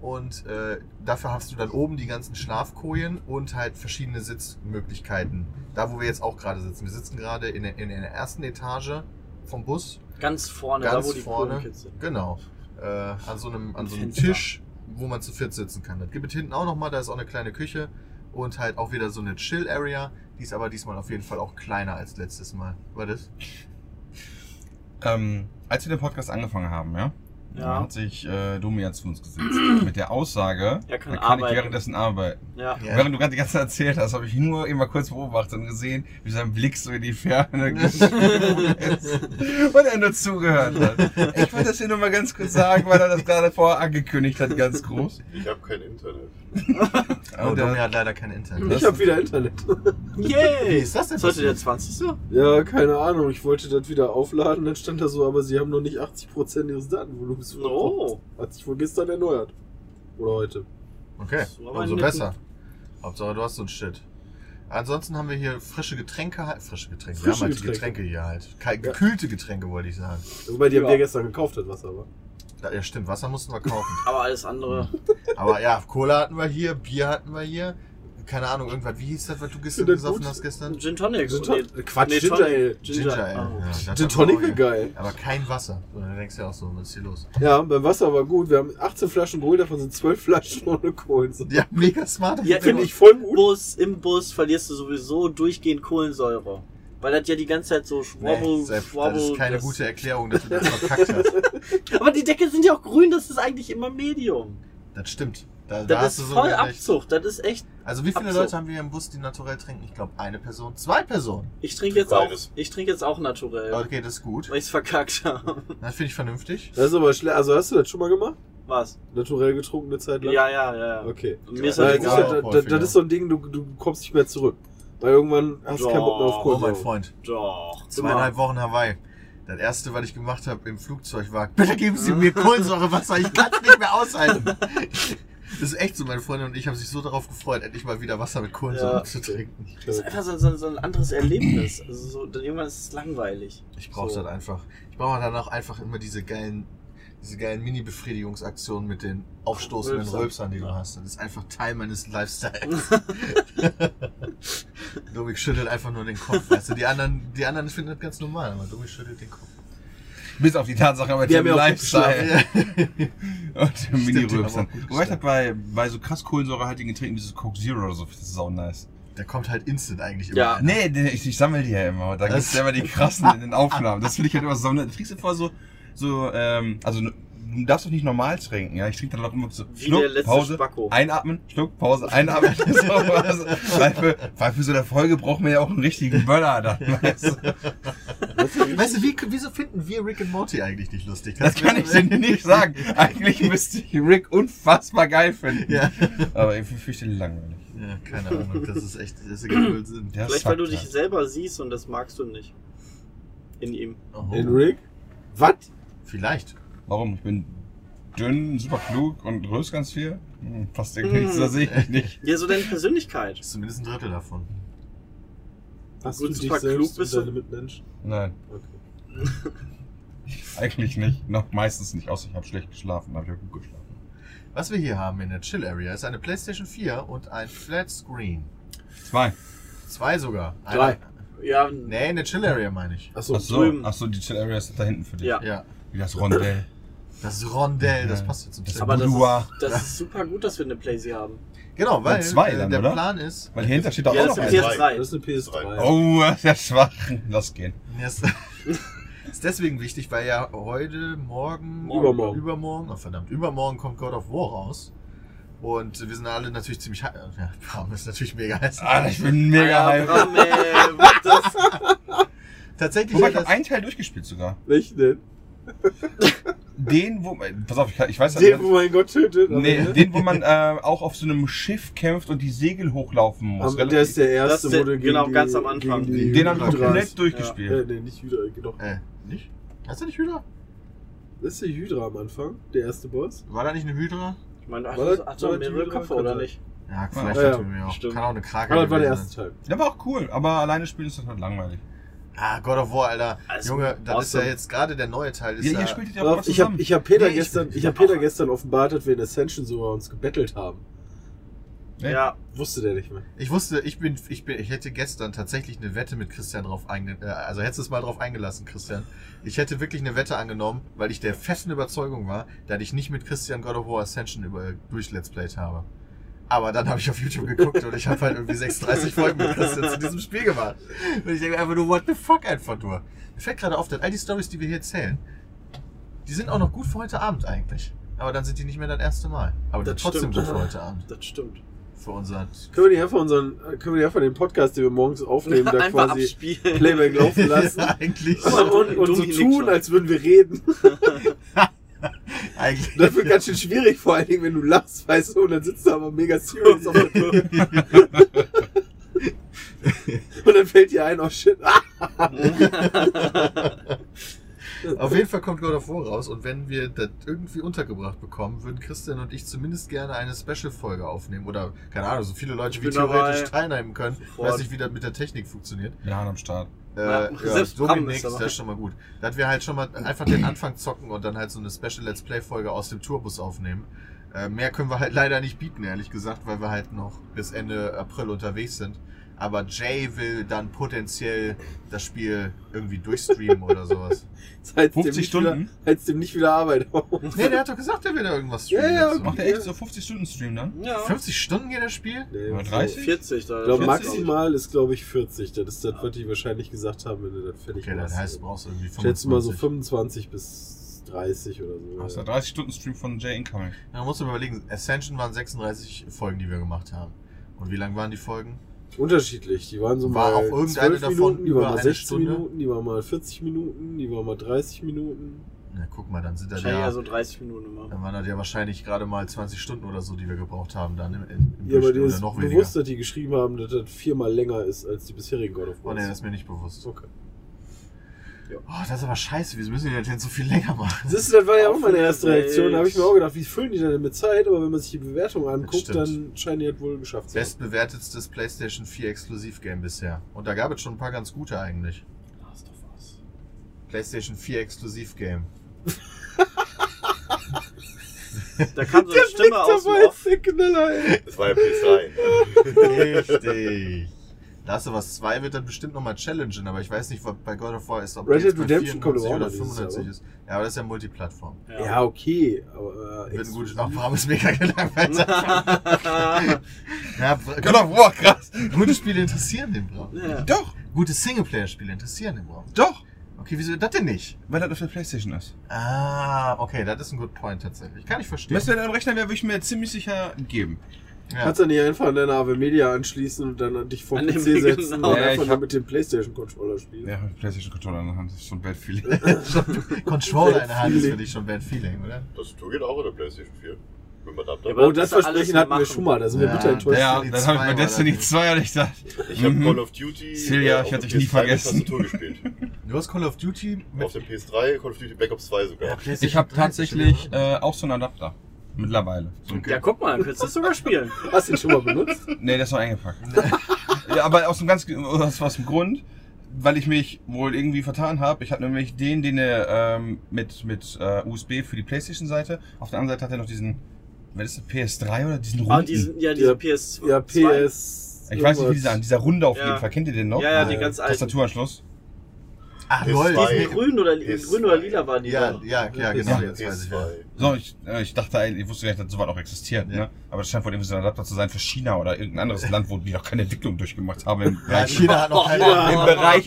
[SPEAKER 6] Und äh, dafür hast du dann oben die ganzen Schlafkojen und halt verschiedene Sitzmöglichkeiten. Da, wo wir jetzt auch gerade sitzen. Wir sitzen gerade in, der- in der ersten Etage vom Bus.
[SPEAKER 5] Ganz vorne,
[SPEAKER 6] Ganz
[SPEAKER 5] da wo die
[SPEAKER 6] vorne.
[SPEAKER 5] coolen Kids sind.
[SPEAKER 6] Genau. Äh, an so einem, an so einem
[SPEAKER 5] Fenster.
[SPEAKER 6] Tisch, wo man zu viert sitzen kann. Das gibt es hinten auch nochmal, da ist auch eine kleine Küche und halt auch wieder so eine Chill-Area. Die ist aber diesmal auf jeden Fall auch kleiner als letztes Mal. War das?
[SPEAKER 7] Ähm, als wir den Podcast angefangen haben, ja,
[SPEAKER 5] Ja.
[SPEAKER 7] hat sich äh, Domi ja zu uns gesetzt. mit der Aussage,
[SPEAKER 5] Er kann
[SPEAKER 7] dann
[SPEAKER 5] arbeiten.
[SPEAKER 7] ich währenddessen arbeiten.
[SPEAKER 5] Ja.
[SPEAKER 6] Ja.
[SPEAKER 7] Während du gerade die ganze Zeit erzählt hast, habe ich nur eben mal kurz beobachtet und gesehen, wie sein Blick so in die Ferne geschwungen ist. Und er nur zugehört hat. Ich wollte das hier nur mal ganz kurz sagen, weil er das gerade vorher angekündigt hat, ganz groß.
[SPEAKER 1] Ich habe kein Internet.
[SPEAKER 6] Oh,
[SPEAKER 7] Und,
[SPEAKER 6] Domi
[SPEAKER 7] äh,
[SPEAKER 6] hat leider kein Internet.
[SPEAKER 8] Ich habe wieder Internet.
[SPEAKER 6] Wie
[SPEAKER 5] Yay!
[SPEAKER 6] ist das denn
[SPEAKER 5] Ist heute der
[SPEAKER 6] passiert?
[SPEAKER 5] 20.
[SPEAKER 8] Ja, keine Ahnung. Ich wollte das wieder aufladen, dann stand da so, aber sie haben noch nicht 80% ihres Datenvolumens
[SPEAKER 5] Oh.
[SPEAKER 8] Hat sich wohl gestern erneuert. Oder heute.
[SPEAKER 6] Okay,
[SPEAKER 5] Das war aber ne?
[SPEAKER 6] umso
[SPEAKER 5] ein
[SPEAKER 6] besser. Hauptsache, du hast so ein Shit. Ansonsten haben wir hier frische Getränke halt. Frische Getränke. wir
[SPEAKER 8] Frische
[SPEAKER 6] haben halt die
[SPEAKER 8] Getränke.
[SPEAKER 6] Getränke hier halt. Kal gekühlte Getränke, wollte ich sagen.
[SPEAKER 8] Wobei die haben
[SPEAKER 5] Ja.
[SPEAKER 8] wir gestern gekauft, das Wasser, aber.
[SPEAKER 6] Ja, Ja, stimmt. Wasser mussten wir kaufen.
[SPEAKER 5] Aber alles andere.
[SPEAKER 6] Aber ja, Cola hatten wir hier, Bier hatten wir hier. Keine Ahnung, irgendwas. Wie hieß das, was du gestern
[SPEAKER 8] Sind das
[SPEAKER 6] gesoffen
[SPEAKER 8] gut?
[SPEAKER 6] hast gestern?
[SPEAKER 5] Gin Tonic.
[SPEAKER 8] Gin
[SPEAKER 5] Oh,
[SPEAKER 8] Tonic-
[SPEAKER 5] nee,
[SPEAKER 8] Quatsch,
[SPEAKER 5] nee,
[SPEAKER 8] Ginger
[SPEAKER 5] Tonic.
[SPEAKER 8] Ale.
[SPEAKER 5] Ginger, ah, Oh. Ale.
[SPEAKER 6] Ja, das
[SPEAKER 8] Gin
[SPEAKER 6] hatten wir auch
[SPEAKER 8] Tonic
[SPEAKER 6] hier.
[SPEAKER 8] wäre geil.
[SPEAKER 6] Aber kein Wasser. So, dann denkst du ja auch so, was ist hier los?
[SPEAKER 8] Ja, beim Wasser war gut. Wir haben 18 Flaschen geholt, davon sind 12 Flaschen ohne Kohlensäure.
[SPEAKER 6] Ja, mega smart.
[SPEAKER 5] Ja,
[SPEAKER 8] Finde
[SPEAKER 5] im
[SPEAKER 8] ich voll gut.
[SPEAKER 5] Bus, im Bus verlierst du sowieso durchgehend Kohlensäure. Weil das ja die ganze Zeit so schwabbo,
[SPEAKER 6] Nee, Sepp, das
[SPEAKER 5] schwabbo.
[SPEAKER 6] ist keine
[SPEAKER 5] das-
[SPEAKER 6] gute Erklärung, dass du das verkackt hast.
[SPEAKER 5] Aber die Deckel sind ja auch grün, das ist eigentlich immer Medium.
[SPEAKER 6] Das stimmt. Da, da
[SPEAKER 5] Das
[SPEAKER 6] hast
[SPEAKER 5] ist
[SPEAKER 6] du so
[SPEAKER 5] voll
[SPEAKER 6] recht.
[SPEAKER 5] Abzug. Das ist echt.
[SPEAKER 6] Also wie viele
[SPEAKER 5] Abzug.
[SPEAKER 6] Leute haben wir hier im Bus, die naturell trinken? Ich glaube eine Person, zwei Personen.
[SPEAKER 5] Ich trinke jetzt auch.
[SPEAKER 1] Beides.
[SPEAKER 5] Ich trinke jetzt auch naturell.
[SPEAKER 6] Okay, das ist gut.
[SPEAKER 5] Weil ich's verkackt habe.
[SPEAKER 6] Das finde ich vernünftig.
[SPEAKER 8] Das ist aber schlecht. Also hast du das schon mal gemacht?
[SPEAKER 5] Was?
[SPEAKER 8] Naturell getrunken eine Zeit lang?
[SPEAKER 5] Ja, ja, ja. ja.
[SPEAKER 8] Okay.
[SPEAKER 5] Und mir ist
[SPEAKER 8] Weil
[SPEAKER 5] halt
[SPEAKER 8] das, ist
[SPEAKER 5] egal.
[SPEAKER 6] auch
[SPEAKER 8] ja, das,
[SPEAKER 6] häufiger.
[SPEAKER 8] das ist so ein Ding, du, du kommst nicht mehr zurück. Weil irgendwann hast du
[SPEAKER 5] Ja.
[SPEAKER 8] keinen Bock mehr auf
[SPEAKER 6] Oh, mein
[SPEAKER 8] Kohlensäure.
[SPEAKER 6] Freund.
[SPEAKER 5] Doch.
[SPEAKER 6] Zweieinhalb Wochen Hawaii. Das erste, was ich gemacht habe im Flugzeug war, bitte geben Sie mir Kohlensäurewasser, ich kann es nicht mehr aushalten. Das ist echt so, meine Freundin und ich haben sich so darauf gefreut, endlich mal wieder Wasser mit Kohlensäure
[SPEAKER 5] Ja.
[SPEAKER 6] zu trinken.
[SPEAKER 5] Das ist einfach so, so, so ein anderes Erlebnis. Also so, dann irgendwann ist es langweilig.
[SPEAKER 6] Ich brauche
[SPEAKER 5] so.
[SPEAKER 6] das einfach. Ich brauche dann auch einfach immer diese geilen, diese geilen Mini-Befriedigungsaktionen mit den aufstoßenden
[SPEAKER 5] Rülpsern.
[SPEAKER 6] Rülpsern, die du hast. Das ist einfach Teil meines Lifestyles. Domik schüttelt einfach nur den Kopf. Weißt du, die anderen, die anderen finden das ganz normal, aber Domik schüttelt den Kopf.
[SPEAKER 7] bis auf die Tatsache, aber
[SPEAKER 8] Die
[SPEAKER 7] dem
[SPEAKER 8] haben ja auch
[SPEAKER 7] Lifestyle. Und
[SPEAKER 6] Stimmt,
[SPEAKER 7] dem
[SPEAKER 6] die haben
[SPEAKER 7] Mini-Rülpsern.
[SPEAKER 6] auch gut
[SPEAKER 7] Wobei ich das
[SPEAKER 6] geschmeckt.
[SPEAKER 7] bei, bei so krass kohlensäurehaltigen Getränken, dieses Coke Zero oder so, das ist auch nice.
[SPEAKER 6] Der kommt halt instant eigentlich immer.
[SPEAKER 5] Ja.
[SPEAKER 6] an.
[SPEAKER 7] Nee, nee, ich, ich sammle die ja immer.
[SPEAKER 6] Das-
[SPEAKER 7] Da ne, gibt's ja immer die krassen in den Aufnahmen. Das finde ich halt immer so. Du kriegst du vor so, so ähm, also du du darfst doch nicht normal trinken. Ja, ich trinke dann doch immer so
[SPEAKER 5] Wie der letzte Spacko.
[SPEAKER 7] einatmen, Schluck, Pause, einatmen. so, was. weil, für, weil für so eine Folge braucht man ja auch einen richtigen Böller dann. Weißt du?
[SPEAKER 6] Weißt du, wie, wieso finden wir Rick and Morty eigentlich nicht lustig?
[SPEAKER 7] Das kann ich dir nicht sagen. Eigentlich müsste ich Rick unfassbar geil finden.
[SPEAKER 6] Ja.
[SPEAKER 7] Aber irgendwie fürchterlich langweilig.
[SPEAKER 6] ja, keine Ahnung. Das ist echt, das ist Gefühl Sinn.
[SPEAKER 7] Der
[SPEAKER 5] Vielleicht, weil
[SPEAKER 7] suckt
[SPEAKER 5] du dich
[SPEAKER 7] halt.
[SPEAKER 5] selber siehst und das magst du nicht. In ihm.
[SPEAKER 6] Oh,
[SPEAKER 8] In Rick? Was?
[SPEAKER 6] vielleicht.
[SPEAKER 7] Warum? Ich bin dünn, super klug und grüß ganz viel. Hm, Passt irgendwie nichts, da sehe ich mich nicht.
[SPEAKER 5] Ja, so deine Persönlichkeit.
[SPEAKER 6] Ist zumindest ein Drittel davon.
[SPEAKER 8] Hast
[SPEAKER 5] Gut,
[SPEAKER 8] du dich
[SPEAKER 5] super klug
[SPEAKER 8] selbst und
[SPEAKER 5] bist du.
[SPEAKER 8] deine Mitmenschen?
[SPEAKER 7] Nein,
[SPEAKER 8] Okay.
[SPEAKER 7] eigentlich nicht. Noch meistens nicht, außer ich habe schlecht geschlafen, habe ich auch gut geschlafen.
[SPEAKER 6] Was wir hier haben in der Chill Area ist eine PlayStation 4 und ein Flat Screen.
[SPEAKER 7] Zwei.
[SPEAKER 6] Zwei sogar. Eine-
[SPEAKER 8] Drei.
[SPEAKER 5] Äh, Ja,
[SPEAKER 6] Nee, in der Chill Area meine ich.
[SPEAKER 8] Achso,
[SPEAKER 7] Ach so,
[SPEAKER 5] drüben.
[SPEAKER 7] ach so, die Chill Area ist da hinten für dich.
[SPEAKER 5] Ja.
[SPEAKER 6] Ja.
[SPEAKER 7] Wie das Rondell.
[SPEAKER 6] Das Rondell, das
[SPEAKER 7] Ja.
[SPEAKER 6] passt jetzt zum
[SPEAKER 7] Das
[SPEAKER 6] Chill.
[SPEAKER 5] aber das
[SPEAKER 7] Boudoir.
[SPEAKER 5] ist, das ist super gut, dass wir eine Playsee haben.
[SPEAKER 6] Genau, weil
[SPEAKER 7] Ja, zwei
[SPEAKER 6] äh,
[SPEAKER 7] dann,
[SPEAKER 6] der
[SPEAKER 7] oder?
[SPEAKER 6] Plan ist.
[SPEAKER 7] Weil hier hinter steht doch
[SPEAKER 5] ja,
[SPEAKER 7] auch
[SPEAKER 5] das
[SPEAKER 7] noch
[SPEAKER 5] sind
[SPEAKER 1] ein.
[SPEAKER 5] PS3.
[SPEAKER 7] eine.
[SPEAKER 1] PS3.
[SPEAKER 8] das ist eine PS3.
[SPEAKER 7] Oh, das ist ja schwach. Lass gehen.
[SPEAKER 6] Yes. ist deswegen wichtig, weil ja heute, morgen,
[SPEAKER 5] Morgen.
[SPEAKER 8] Übermorgen.
[SPEAKER 6] übermorgen, oh verdammt, übermorgen kommt God of War raus. Und wir sind alle natürlich ziemlich heiß. Ja, Bram ist natürlich mega heiß.
[SPEAKER 7] Alter, ich bin mega
[SPEAKER 5] Ah,
[SPEAKER 7] hype.
[SPEAKER 5] Bram, ey, what the-
[SPEAKER 6] Tatsächlich
[SPEAKER 7] Wobei,
[SPEAKER 6] hat
[SPEAKER 7] ich habe
[SPEAKER 6] das,
[SPEAKER 7] einen Teil durchgespielt sogar.
[SPEAKER 8] Welchen denn?
[SPEAKER 7] Den, wo... äh, Pass auf, ich, kann- ich weiß...
[SPEAKER 8] Den, wo mein Gott tötet? aber,
[SPEAKER 7] Nee,
[SPEAKER 8] ne?
[SPEAKER 7] den, wo man äh, auch auf so einem Schiff kämpft und die Segel hochlaufen muss.
[SPEAKER 8] Aber der ist der
[SPEAKER 5] Das
[SPEAKER 8] erste,
[SPEAKER 5] ist der-
[SPEAKER 8] wo du
[SPEAKER 5] genau,
[SPEAKER 8] gegen
[SPEAKER 5] ganz
[SPEAKER 8] die,
[SPEAKER 5] am Anfang.
[SPEAKER 8] Gegen die
[SPEAKER 7] den haben wir
[SPEAKER 8] Hydras-
[SPEAKER 7] komplett
[SPEAKER 8] Äh,
[SPEAKER 7] durchgespielt.
[SPEAKER 8] nee, nicht Hydra, äh, doch.
[SPEAKER 6] äh, nicht? Hast du nicht Hydra?
[SPEAKER 8] Das ist die Hydra am Anfang, der erste Boss.
[SPEAKER 6] War da nicht eine Hydra?
[SPEAKER 5] Ich meine, ach,
[SPEAKER 8] War
[SPEAKER 5] das
[SPEAKER 8] das-
[SPEAKER 5] hat doch
[SPEAKER 8] war das
[SPEAKER 5] mehrere
[SPEAKER 8] die
[SPEAKER 5] Köpfe,
[SPEAKER 8] Köpfe?
[SPEAKER 5] oder nicht?
[SPEAKER 6] Ja, vielleicht
[SPEAKER 8] Ja, ja,
[SPEAKER 6] natürlich auch.
[SPEAKER 5] stimmt.
[SPEAKER 6] Kann auch eine Krake
[SPEAKER 8] Aber das war der
[SPEAKER 6] gewesen
[SPEAKER 8] erste
[SPEAKER 6] sein.
[SPEAKER 8] Teil.
[SPEAKER 7] Der war auch cool, aber alleine spielen ist das halt langweilig.
[SPEAKER 6] Ah, God of War, Alter.
[SPEAKER 5] Also,
[SPEAKER 6] Junge, das ist ja
[SPEAKER 5] awesome.
[SPEAKER 6] jetzt gerade der neue Teil. Ist
[SPEAKER 7] Ja,
[SPEAKER 6] ja,
[SPEAKER 7] ihr spielt ja auch
[SPEAKER 8] Aber ich
[SPEAKER 7] zusammen.
[SPEAKER 8] habe ich hab Peter,
[SPEAKER 6] Nee, ich-
[SPEAKER 8] gestern, ich
[SPEAKER 6] ich
[SPEAKER 8] hab
[SPEAKER 6] hab-
[SPEAKER 8] Peter gestern offenbart, dass wir in Ascension sogar uns gebettelt haben.
[SPEAKER 7] Ja.
[SPEAKER 5] Ja,
[SPEAKER 8] Wusste der nicht mehr.
[SPEAKER 6] ich wusste, ich bin, ich bin, ich hätte gestern tatsächlich eine Wette mit Christian drauf eingelassen. Äh, also hättest du es mal drauf eingelassen, Christian. Ich hätte wirklich eine Wette angenommen, weil ich der festen Überzeugung war, dass ich nicht mit Christian God of War Ascension über, durch Let's Playt habe. Aber dann habe ich auf YouTube geguckt und ich habe halt irgendwie 36 Folgen mit Christian zu diesem Spiel gemacht. Und ich denke mir einfach nur, what the fuck einfach nur. Mir fällt gerade auf, dass all die Stories, die wir hier erzählen, die sind auch noch gut für heute Abend eigentlich. Aber dann sind die nicht mehr das erste Mal. Aber die
[SPEAKER 5] Das
[SPEAKER 6] sind trotzdem
[SPEAKER 5] stimmt.
[SPEAKER 6] gut für heute Abend.
[SPEAKER 5] das stimmt.
[SPEAKER 6] Für unseren
[SPEAKER 8] Können wir die einfach unseren, äh, können wir die einfach den Podcast, den wir morgens aufnehmen, da
[SPEAKER 5] Einfach
[SPEAKER 8] quasi
[SPEAKER 5] abspielen.
[SPEAKER 8] Playback laufen lassen?
[SPEAKER 6] eigentlich,
[SPEAKER 8] Und, und, und so
[SPEAKER 5] Dominik
[SPEAKER 8] tun,
[SPEAKER 5] schon.
[SPEAKER 8] als würden wir reden.
[SPEAKER 6] eigentlich.
[SPEAKER 8] Das wird ganz schön schwierig, vor allen Dingen, wenn du lachst, weißt du, und dann sitzt du aber mega serious auf der Tür. und dann fällt dir ein, oh shit, ah,
[SPEAKER 6] Auf jeden Fall kommt God of War raus und wenn wir das irgendwie untergebracht bekommen, würden Christian und ich zumindest gerne eine Special-Folge aufnehmen oder, keine Ahnung, so viele Leute
[SPEAKER 5] Ich
[SPEAKER 6] wie
[SPEAKER 5] bin
[SPEAKER 6] theoretisch
[SPEAKER 5] dabei.
[SPEAKER 6] teilnehmen können.
[SPEAKER 5] Sofort.
[SPEAKER 6] Weiß nicht, wie das mit der Technik funktioniert.
[SPEAKER 7] Wir haben am Start.
[SPEAKER 6] Äh,
[SPEAKER 5] Ja,
[SPEAKER 6] ja,
[SPEAKER 5] selbst
[SPEAKER 6] so
[SPEAKER 5] Bram
[SPEAKER 6] nix,
[SPEAKER 5] ist aber-
[SPEAKER 6] das ist schon mal gut. Dass wir halt schon mal einfach den Anfang zocken und dann halt so eine Special Let's Play-Folge aus dem Tourbus aufnehmen. Äh, mehr können wir halt leider nicht bieten, ehrlich gesagt, weil wir halt noch bis Ende April unterwegs sind. Aber Jay will dann potenziell das Spiel irgendwie durchstreamen oder sowas.
[SPEAKER 8] heizt dem
[SPEAKER 7] 50
[SPEAKER 8] nicht
[SPEAKER 7] Stunden?
[SPEAKER 8] Wieder, heizt dem nicht wieder Arbeit auf.
[SPEAKER 6] Nee, der hat doch gesagt, der will da irgendwas
[SPEAKER 8] Ja,
[SPEAKER 6] streamen.
[SPEAKER 8] ja,
[SPEAKER 6] jetzt.
[SPEAKER 7] Macht er echt so 50 Stunden Stream dann?
[SPEAKER 5] Ja,
[SPEAKER 6] 50 Stunden geht das Spiel?
[SPEAKER 8] Nee,
[SPEAKER 7] Oder
[SPEAKER 8] so.
[SPEAKER 7] 30?
[SPEAKER 5] 40 da.
[SPEAKER 8] Ich glaube,
[SPEAKER 7] 40?
[SPEAKER 8] maximal ist, glaube ich, 40. Das ist das, was die wahrscheinlich gesagt haben, wenn du das fertig
[SPEAKER 6] Okay, dann
[SPEAKER 8] machst.
[SPEAKER 6] heißt, du brauchst irgendwie
[SPEAKER 8] ich schätze mal so 25
[SPEAKER 6] 25.
[SPEAKER 8] bis 30 oder so.
[SPEAKER 7] Das ist
[SPEAKER 8] ja.
[SPEAKER 7] der 30 Stunden Stream von Jay Incoming.
[SPEAKER 6] Dann musst du mal überlegen, Ascension waren 36 Folgen, die wir gemacht haben. Und wie lang waren die Folgen?
[SPEAKER 8] Unterschiedlich. Die waren so
[SPEAKER 6] War
[SPEAKER 8] mal
[SPEAKER 6] auch irgendeine
[SPEAKER 8] 12
[SPEAKER 6] davon
[SPEAKER 8] Minuten, die
[SPEAKER 6] über
[SPEAKER 8] waren mal
[SPEAKER 6] eine
[SPEAKER 8] 16
[SPEAKER 6] Stunde?
[SPEAKER 8] Minuten, die waren mal 40 Minuten, die waren mal 30 Minuten.
[SPEAKER 6] Na, guck mal, dann sind das
[SPEAKER 5] Wahrscheinlich
[SPEAKER 6] ja,
[SPEAKER 5] ja so 30 Minuten immer.
[SPEAKER 6] dann waren das ja wahrscheinlich gerade mal 20 Stunden oder so, die wir gebraucht haben dann im, im im
[SPEAKER 8] Ja, aber
[SPEAKER 6] Durchschnitt
[SPEAKER 8] dir
[SPEAKER 6] oder
[SPEAKER 8] ist
[SPEAKER 6] noch weniger.
[SPEAKER 8] bewusst, dass die geschrieben haben, dass das viermal länger ist als die bisherigen God of
[SPEAKER 6] Oh
[SPEAKER 8] War.
[SPEAKER 6] ne, das ist mir nicht bewusst.
[SPEAKER 8] okay.
[SPEAKER 6] Oh, das ist aber scheiße, wieso müssen die das denn so viel länger machen?
[SPEAKER 8] Siehst du, das war ja auch meine erste
[SPEAKER 5] Aufgeregt.
[SPEAKER 8] Reaktion. Da habe ich mir auch gedacht, wie füllen die denn damit Zeit? Aber wenn man sich die Bewertung anguckt,
[SPEAKER 6] stimmt.
[SPEAKER 8] dann scheinen die das wohl geschafft zu haben.
[SPEAKER 6] Bestbewertetes PlayStation 4 Exklusivgame bisher. Und da gab es schon ein paar ganz gute eigentlich.
[SPEAKER 5] Last of Us.
[SPEAKER 6] PlayStation 4 Exklusivgame.
[SPEAKER 5] Da kam so eine Stimme aus dem Off.
[SPEAKER 8] der Knaller, ey.
[SPEAKER 1] Das war ja PS3.
[SPEAKER 6] Richtig. Last of Us 2 wird dann bestimmt nochmal challengen, aber ich weiß nicht, was bei God of War ist, ob die
[SPEAKER 8] Red Dead
[SPEAKER 6] jetzt bei
[SPEAKER 8] Redemption kommt
[SPEAKER 6] 94
[SPEAKER 8] auch
[SPEAKER 6] oder
[SPEAKER 8] noch dieses Jahr,
[SPEAKER 6] 95 ist. Ja, aber das ist ja Multiplattform.
[SPEAKER 8] Ja, okay. Aber, äh,
[SPEAKER 6] Wird ein gutes. Ach, Bram ist mega gelangweilt. ja, Bra-
[SPEAKER 7] God of War, krass.
[SPEAKER 6] gute Spiele interessieren den Bram.
[SPEAKER 5] Ja.
[SPEAKER 7] Doch,
[SPEAKER 6] Gute Singleplayer-Spiele interessieren den Bram.
[SPEAKER 7] doch.
[SPEAKER 6] Okay, wieso das denn nicht?
[SPEAKER 7] Weil das auf der Playstation ist.
[SPEAKER 6] Ah, okay, das ist ein good point tatsächlich. Kann ich verstehen.
[SPEAKER 7] Müsste in einem Rechner wäre, würde ich mir ziemlich sicher geben.
[SPEAKER 6] Ja.
[SPEAKER 8] Kannst du nicht einfach an deine AW Media anschließen und dann an dich vor
[SPEAKER 5] An
[SPEAKER 8] den PC
[SPEAKER 5] den-
[SPEAKER 8] setzen
[SPEAKER 5] genau.
[SPEAKER 8] und
[SPEAKER 7] Ja,
[SPEAKER 8] einfach
[SPEAKER 7] ich
[SPEAKER 8] nur
[SPEAKER 7] hab-
[SPEAKER 8] mit dem Playstation-Controller spielen?
[SPEAKER 7] Ja, Playstation-Controller in der Hand, das ist schon bad viel.
[SPEAKER 6] Controller in der Hand ist
[SPEAKER 8] Feeling.
[SPEAKER 6] für dich schon Bad Feeling, oder?
[SPEAKER 1] Das Tour geht auch oder PlayStation 4. Wenn man da
[SPEAKER 5] aber-
[SPEAKER 8] Oh,
[SPEAKER 1] bleibt.
[SPEAKER 8] das
[SPEAKER 5] Das ist alles
[SPEAKER 8] Versprechen hatten wir
[SPEAKER 5] machen.
[SPEAKER 8] schon mal, da sind wir
[SPEAKER 6] Ja,
[SPEAKER 8] bitter enttäuscht.
[SPEAKER 7] ja,
[SPEAKER 6] Destiny
[SPEAKER 7] das habe ich
[SPEAKER 6] 2 war
[SPEAKER 7] bei Destiny
[SPEAKER 6] das.
[SPEAKER 7] 2 und ich dachte,
[SPEAKER 1] Ich habe
[SPEAKER 7] Mhm.
[SPEAKER 1] Call of Duty. äh,
[SPEAKER 7] Silja, ich
[SPEAKER 1] auf
[SPEAKER 7] hätte
[SPEAKER 1] der
[SPEAKER 7] dich nie
[SPEAKER 1] PS3 mit
[SPEAKER 7] vergessen.
[SPEAKER 1] Tastatur gespielt.
[SPEAKER 6] Du hast Call of Duty
[SPEAKER 1] auf der PS3, Call of Duty Black Ops 2 sogar.
[SPEAKER 7] ich habe tatsächlich äh, auch so einen Adapter. Mittlerweile. So ein-
[SPEAKER 5] Ja, guck mal, dann könntest du das sogar spielen.
[SPEAKER 8] Hast du den schon mal benutzt?
[SPEAKER 7] Nee, der ist noch eingepackt. ja, aber aus einem ganz aus, aus dem Grund, weil ich mich wohl irgendwie vertan habe. Ich habe nämlich den, den er ähm, mit, mit äh, USB für die Playstation-Seite. Auf der anderen Seite hat er noch diesen, was ist das, PS3 oder diesen
[SPEAKER 5] Ah,
[SPEAKER 7] runden.
[SPEAKER 5] diesen, ja, diese
[SPEAKER 8] Ja,
[SPEAKER 5] PS.
[SPEAKER 8] Ja,
[SPEAKER 5] zwei.
[SPEAKER 8] PS.
[SPEAKER 7] ich weiß nicht, wie
[SPEAKER 8] irgendwas.
[SPEAKER 7] dieser, dieser runde auf
[SPEAKER 5] Ja.
[SPEAKER 7] jeden Fall. Kennt ihr den noch?
[SPEAKER 5] Ja, ja,
[SPEAKER 7] Äh,
[SPEAKER 5] den ganz alten.
[SPEAKER 7] Tastaturanschluss.
[SPEAKER 6] Ach,
[SPEAKER 1] PS2.
[SPEAKER 6] Ah, lol.
[SPEAKER 1] Diesen
[SPEAKER 6] nee.
[SPEAKER 5] Grün oder,
[SPEAKER 1] PS2.
[SPEAKER 5] grün oder lila waren die
[SPEAKER 6] Ja,
[SPEAKER 5] doch.
[SPEAKER 6] ja, ja, genau, jetzt weiß ich. ja.
[SPEAKER 1] PS2.
[SPEAKER 7] So, ich, äh, ich dachte, eigentlich- ich wusste gar nicht, dass sowas auch existiert.
[SPEAKER 6] Ja.
[SPEAKER 7] Ne? Aber es scheint wohl irgendwie so ein Adapter zu sein für China oder irgendein anderes Land, wo die noch keine Entwicklung durchgemacht haben. Im
[SPEAKER 6] Ja,
[SPEAKER 7] Bereich,
[SPEAKER 6] China hat noch keine.
[SPEAKER 7] im Bereich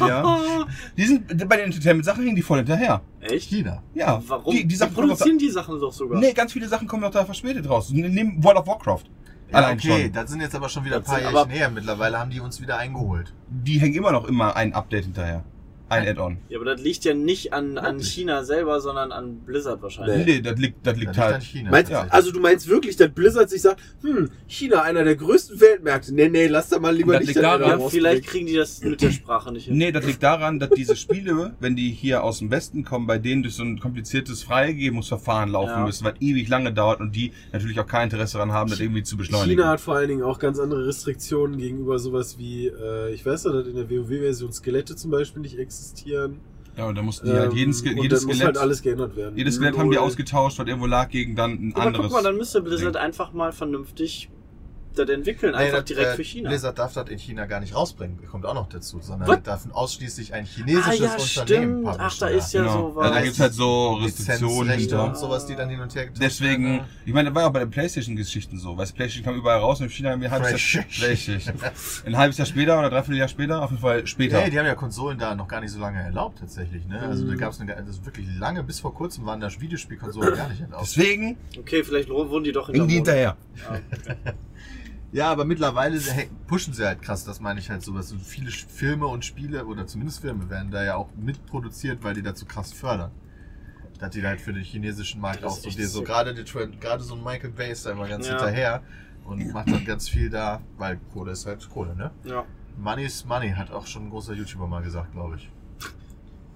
[SPEAKER 7] ja. Die sind, bei den Entertainment-Sachen hängen die voll hinterher.
[SPEAKER 5] Echt?
[SPEAKER 6] China.
[SPEAKER 7] Ja.
[SPEAKER 5] Warum?
[SPEAKER 7] Die, die Sachen kommen doch da,
[SPEAKER 5] produzieren die Sachen doch sogar.
[SPEAKER 7] Nee, ganz viele Sachen kommen doch da verspätet raus. Nehmen World of Warcraft.
[SPEAKER 6] Ja,
[SPEAKER 7] Allein
[SPEAKER 6] Ah, okay,
[SPEAKER 7] schon.
[SPEAKER 6] das sind jetzt aber schon wieder ein
[SPEAKER 5] Das
[SPEAKER 6] paar
[SPEAKER 5] sind
[SPEAKER 6] Jahre
[SPEAKER 5] aber-
[SPEAKER 6] näher. Mittlerweile haben die uns wieder eingeholt.
[SPEAKER 7] Die hängen immer noch immer ein Update hinterher. Ein Add-on.
[SPEAKER 5] Ja, aber das liegt ja nicht an, an
[SPEAKER 6] Wirklich?
[SPEAKER 5] China selber, sondern an Blizzard wahrscheinlich.
[SPEAKER 7] Nee, das liegt,
[SPEAKER 6] Das
[SPEAKER 7] das liegt
[SPEAKER 6] liegt an
[SPEAKER 7] halt.
[SPEAKER 6] China.
[SPEAKER 8] Meinst,
[SPEAKER 7] Ja.
[SPEAKER 6] tatsächlich.
[SPEAKER 8] Also du meinst wirklich, dass Blizzard sich sagt, hm, China, einer der größten Weltmärkte. Nee, nee, lass da mal lieber
[SPEAKER 7] Das
[SPEAKER 8] nicht
[SPEAKER 7] liegt
[SPEAKER 8] dass
[SPEAKER 7] daran,
[SPEAKER 8] einer
[SPEAKER 5] Ja, vielleicht
[SPEAKER 8] rausbringt.
[SPEAKER 5] kriegen die das mit der Sprache nicht hin.
[SPEAKER 7] Nee, das liegt daran, dass diese Spiele, wenn die hier aus dem Westen kommen, bei denen durch so ein kompliziertes Freigebungsverfahren laufen
[SPEAKER 5] Ja.
[SPEAKER 7] müssen, was ewig lange dauert und die natürlich auch kein Interesse daran haben, das irgendwie zu beschleunigen.
[SPEAKER 8] China hat vor allen Dingen auch ganz andere Restriktionen gegenüber sowas wie, äh, ich weiß ja, dass in der WoW-Version Skelette zum Beispiel nicht existieren.
[SPEAKER 7] Ja, und da mussten die halt
[SPEAKER 8] Ähm,
[SPEAKER 7] jeden Ske
[SPEAKER 8] und
[SPEAKER 7] jedes
[SPEAKER 8] dann muss
[SPEAKER 7] Skelett,
[SPEAKER 8] halt alles geändert werden.
[SPEAKER 7] jedes Skelett haben die
[SPEAKER 5] Lol.
[SPEAKER 7] ausgetauscht, was irgendwo lag, gegen dann ein
[SPEAKER 5] Aber guck
[SPEAKER 7] anderes.
[SPEAKER 5] mal, dann müsste Blizzard einfach mal vernünftig das entwickeln, einfach
[SPEAKER 6] das,
[SPEAKER 5] direkt
[SPEAKER 6] äh,
[SPEAKER 5] für China.
[SPEAKER 6] Blizzard darf das in China gar nicht rausbringen. Kommt auch noch dazu, sondern
[SPEAKER 5] Was?
[SPEAKER 6] darf ausschließlich ein
[SPEAKER 5] ah
[SPEAKER 6] chinesisches
[SPEAKER 5] ja,
[SPEAKER 6] Unternehmen
[SPEAKER 5] stimmt. Ach, da
[SPEAKER 6] publishen,
[SPEAKER 5] ist ja so was.
[SPEAKER 7] Also da gibt's halt so Restriktionen
[SPEAKER 6] Lizenzrechte
[SPEAKER 7] hinter.
[SPEAKER 6] und sowas, die dann hin und her getauscht
[SPEAKER 7] Deswegen,
[SPEAKER 6] werden.
[SPEAKER 7] ich meine, das war ja bei den PlayStation-Geschichten so. Weil PlayStation kam überall raus und in China haben wir ein halbes Jahr, Richtig. ein halbes Jahr später oder dreiviertel Jahr später, auf jeden Fall später.
[SPEAKER 6] Nee, die haben ja Konsolen da noch gar nicht so lange erlaubt tatsächlich. Ne? Also
[SPEAKER 5] Mhm.
[SPEAKER 6] da gab es also wirklich lange, bis vor kurzem waren da Videospielkonsolen gar nicht erlaubt.
[SPEAKER 7] Deswegen
[SPEAKER 5] Okay, vielleicht wurden die doch
[SPEAKER 7] hängen die
[SPEAKER 5] hinterm
[SPEAKER 7] hinterher.
[SPEAKER 6] Ja, aber mittlerweile he- pushen sie halt krass, das meine ich halt sowas. So viele Sch- Filme und Spiele oder zumindest Filme werden da ja auch mitproduziert, weil die dazu krass fördern. Dass die halt für den chinesischen
[SPEAKER 5] Das
[SPEAKER 6] Markt auch
[SPEAKER 5] ist
[SPEAKER 6] so,
[SPEAKER 5] echt
[SPEAKER 6] die so
[SPEAKER 5] sick.
[SPEAKER 6] gerade, die, Trend- gerade so ein Michael Bay ist da immer ganz
[SPEAKER 5] Ja.
[SPEAKER 6] hinterher und macht dann ganz viel da, weil Kohle ist halt Kohle, ne?
[SPEAKER 5] Mond. Ja.
[SPEAKER 6] Money is Money, hat auch schon ein großer YouTuber mal gesagt, glaube ich.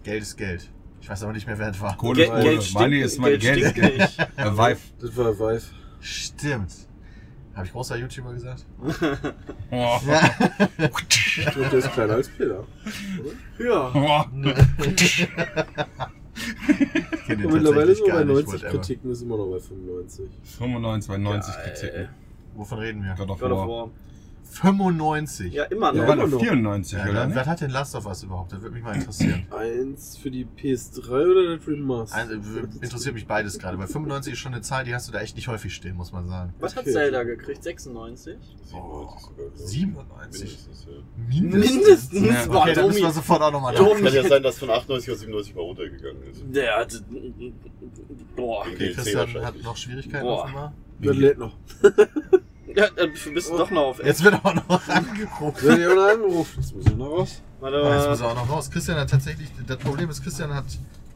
[SPEAKER 6] Geld ist Geld. Ich weiß aber nicht mehr, wer das war.
[SPEAKER 7] Kohle
[SPEAKER 5] Geld,
[SPEAKER 7] ist Kohle.
[SPEAKER 5] Geld
[SPEAKER 7] Money
[SPEAKER 5] stinkt,
[SPEAKER 7] ist Money.
[SPEAKER 5] Geld
[SPEAKER 7] Geld ist
[SPEAKER 5] stinkt
[SPEAKER 7] Geld.
[SPEAKER 5] nicht.
[SPEAKER 7] Äh, Vive.
[SPEAKER 8] Das war Vive.
[SPEAKER 6] Stimmt. Habe ich großer YouTuber gesagt?
[SPEAKER 7] Oh.
[SPEAKER 8] Ich glaube, der ist kleiner als Peter.
[SPEAKER 5] Ja.
[SPEAKER 7] Oh.
[SPEAKER 6] Ich kenn den
[SPEAKER 8] Und mittlerweile
[SPEAKER 6] tatsächlich
[SPEAKER 8] sind wir
[SPEAKER 6] gar
[SPEAKER 8] bei
[SPEAKER 6] nicht,
[SPEAKER 8] 90
[SPEAKER 6] whatever.
[SPEAKER 8] Kritiken, ist immer noch bei 95.
[SPEAKER 7] 95 bei 90 Kritiken.
[SPEAKER 6] Wovon reden wir?
[SPEAKER 7] God of
[SPEAKER 5] God of
[SPEAKER 7] War.
[SPEAKER 5] War.
[SPEAKER 6] 95.
[SPEAKER 5] Ja, immer
[SPEAKER 7] Wir
[SPEAKER 5] noch.
[SPEAKER 8] Ja,
[SPEAKER 7] waren auf
[SPEAKER 8] immer noch.
[SPEAKER 7] 94,
[SPEAKER 6] Ja,
[SPEAKER 7] oder?
[SPEAKER 6] dann,
[SPEAKER 7] nicht?
[SPEAKER 6] was hat denn Last of Us überhaupt? Das würde mich mal interessieren.
[SPEAKER 8] Eins für die PS3 oder das Remaster?
[SPEAKER 6] Also, w- interessiert mich beides gerade, weil 95 ist schon eine Zahl, die hast du da echt nicht häufig stehen, muss man sagen.
[SPEAKER 5] Was hat
[SPEAKER 8] Okay.
[SPEAKER 5] Zelda gekriegt? 96?
[SPEAKER 1] 97 sogar. glaub ich.
[SPEAKER 6] 97?
[SPEAKER 1] Mindestens, ja.
[SPEAKER 6] Mindestens?
[SPEAKER 5] Mindestens?
[SPEAKER 7] Ja,
[SPEAKER 5] Boah,
[SPEAKER 6] Okay, da müssen wir
[SPEAKER 5] Domi.
[SPEAKER 6] sofort auch nochmal
[SPEAKER 5] Domi.
[SPEAKER 6] nach.
[SPEAKER 1] Kann ja sein, dass von 98 auf 97 mal runtergegangen ist.
[SPEAKER 5] Der hat. Boah.
[SPEAKER 6] Okay,
[SPEAKER 1] Nee,
[SPEAKER 6] Christian
[SPEAKER 1] zehn
[SPEAKER 6] hat
[SPEAKER 1] wahrscheinlich.
[SPEAKER 6] noch Schwierigkeiten
[SPEAKER 5] Boah.
[SPEAKER 6] offenbar.
[SPEAKER 8] das lädt noch.
[SPEAKER 5] Ja, äh, du bist doch noch auf.
[SPEAKER 6] Jetzt wird auch noch angerufen.
[SPEAKER 8] Wenn ihr noch angerufen, jetzt muss ich noch raus.
[SPEAKER 5] Warte
[SPEAKER 6] Ah, Jetzt muss
[SPEAKER 5] mal.
[SPEAKER 6] er auch noch raus. Christian hat tatsächlich, das Problem ist, Christian hat,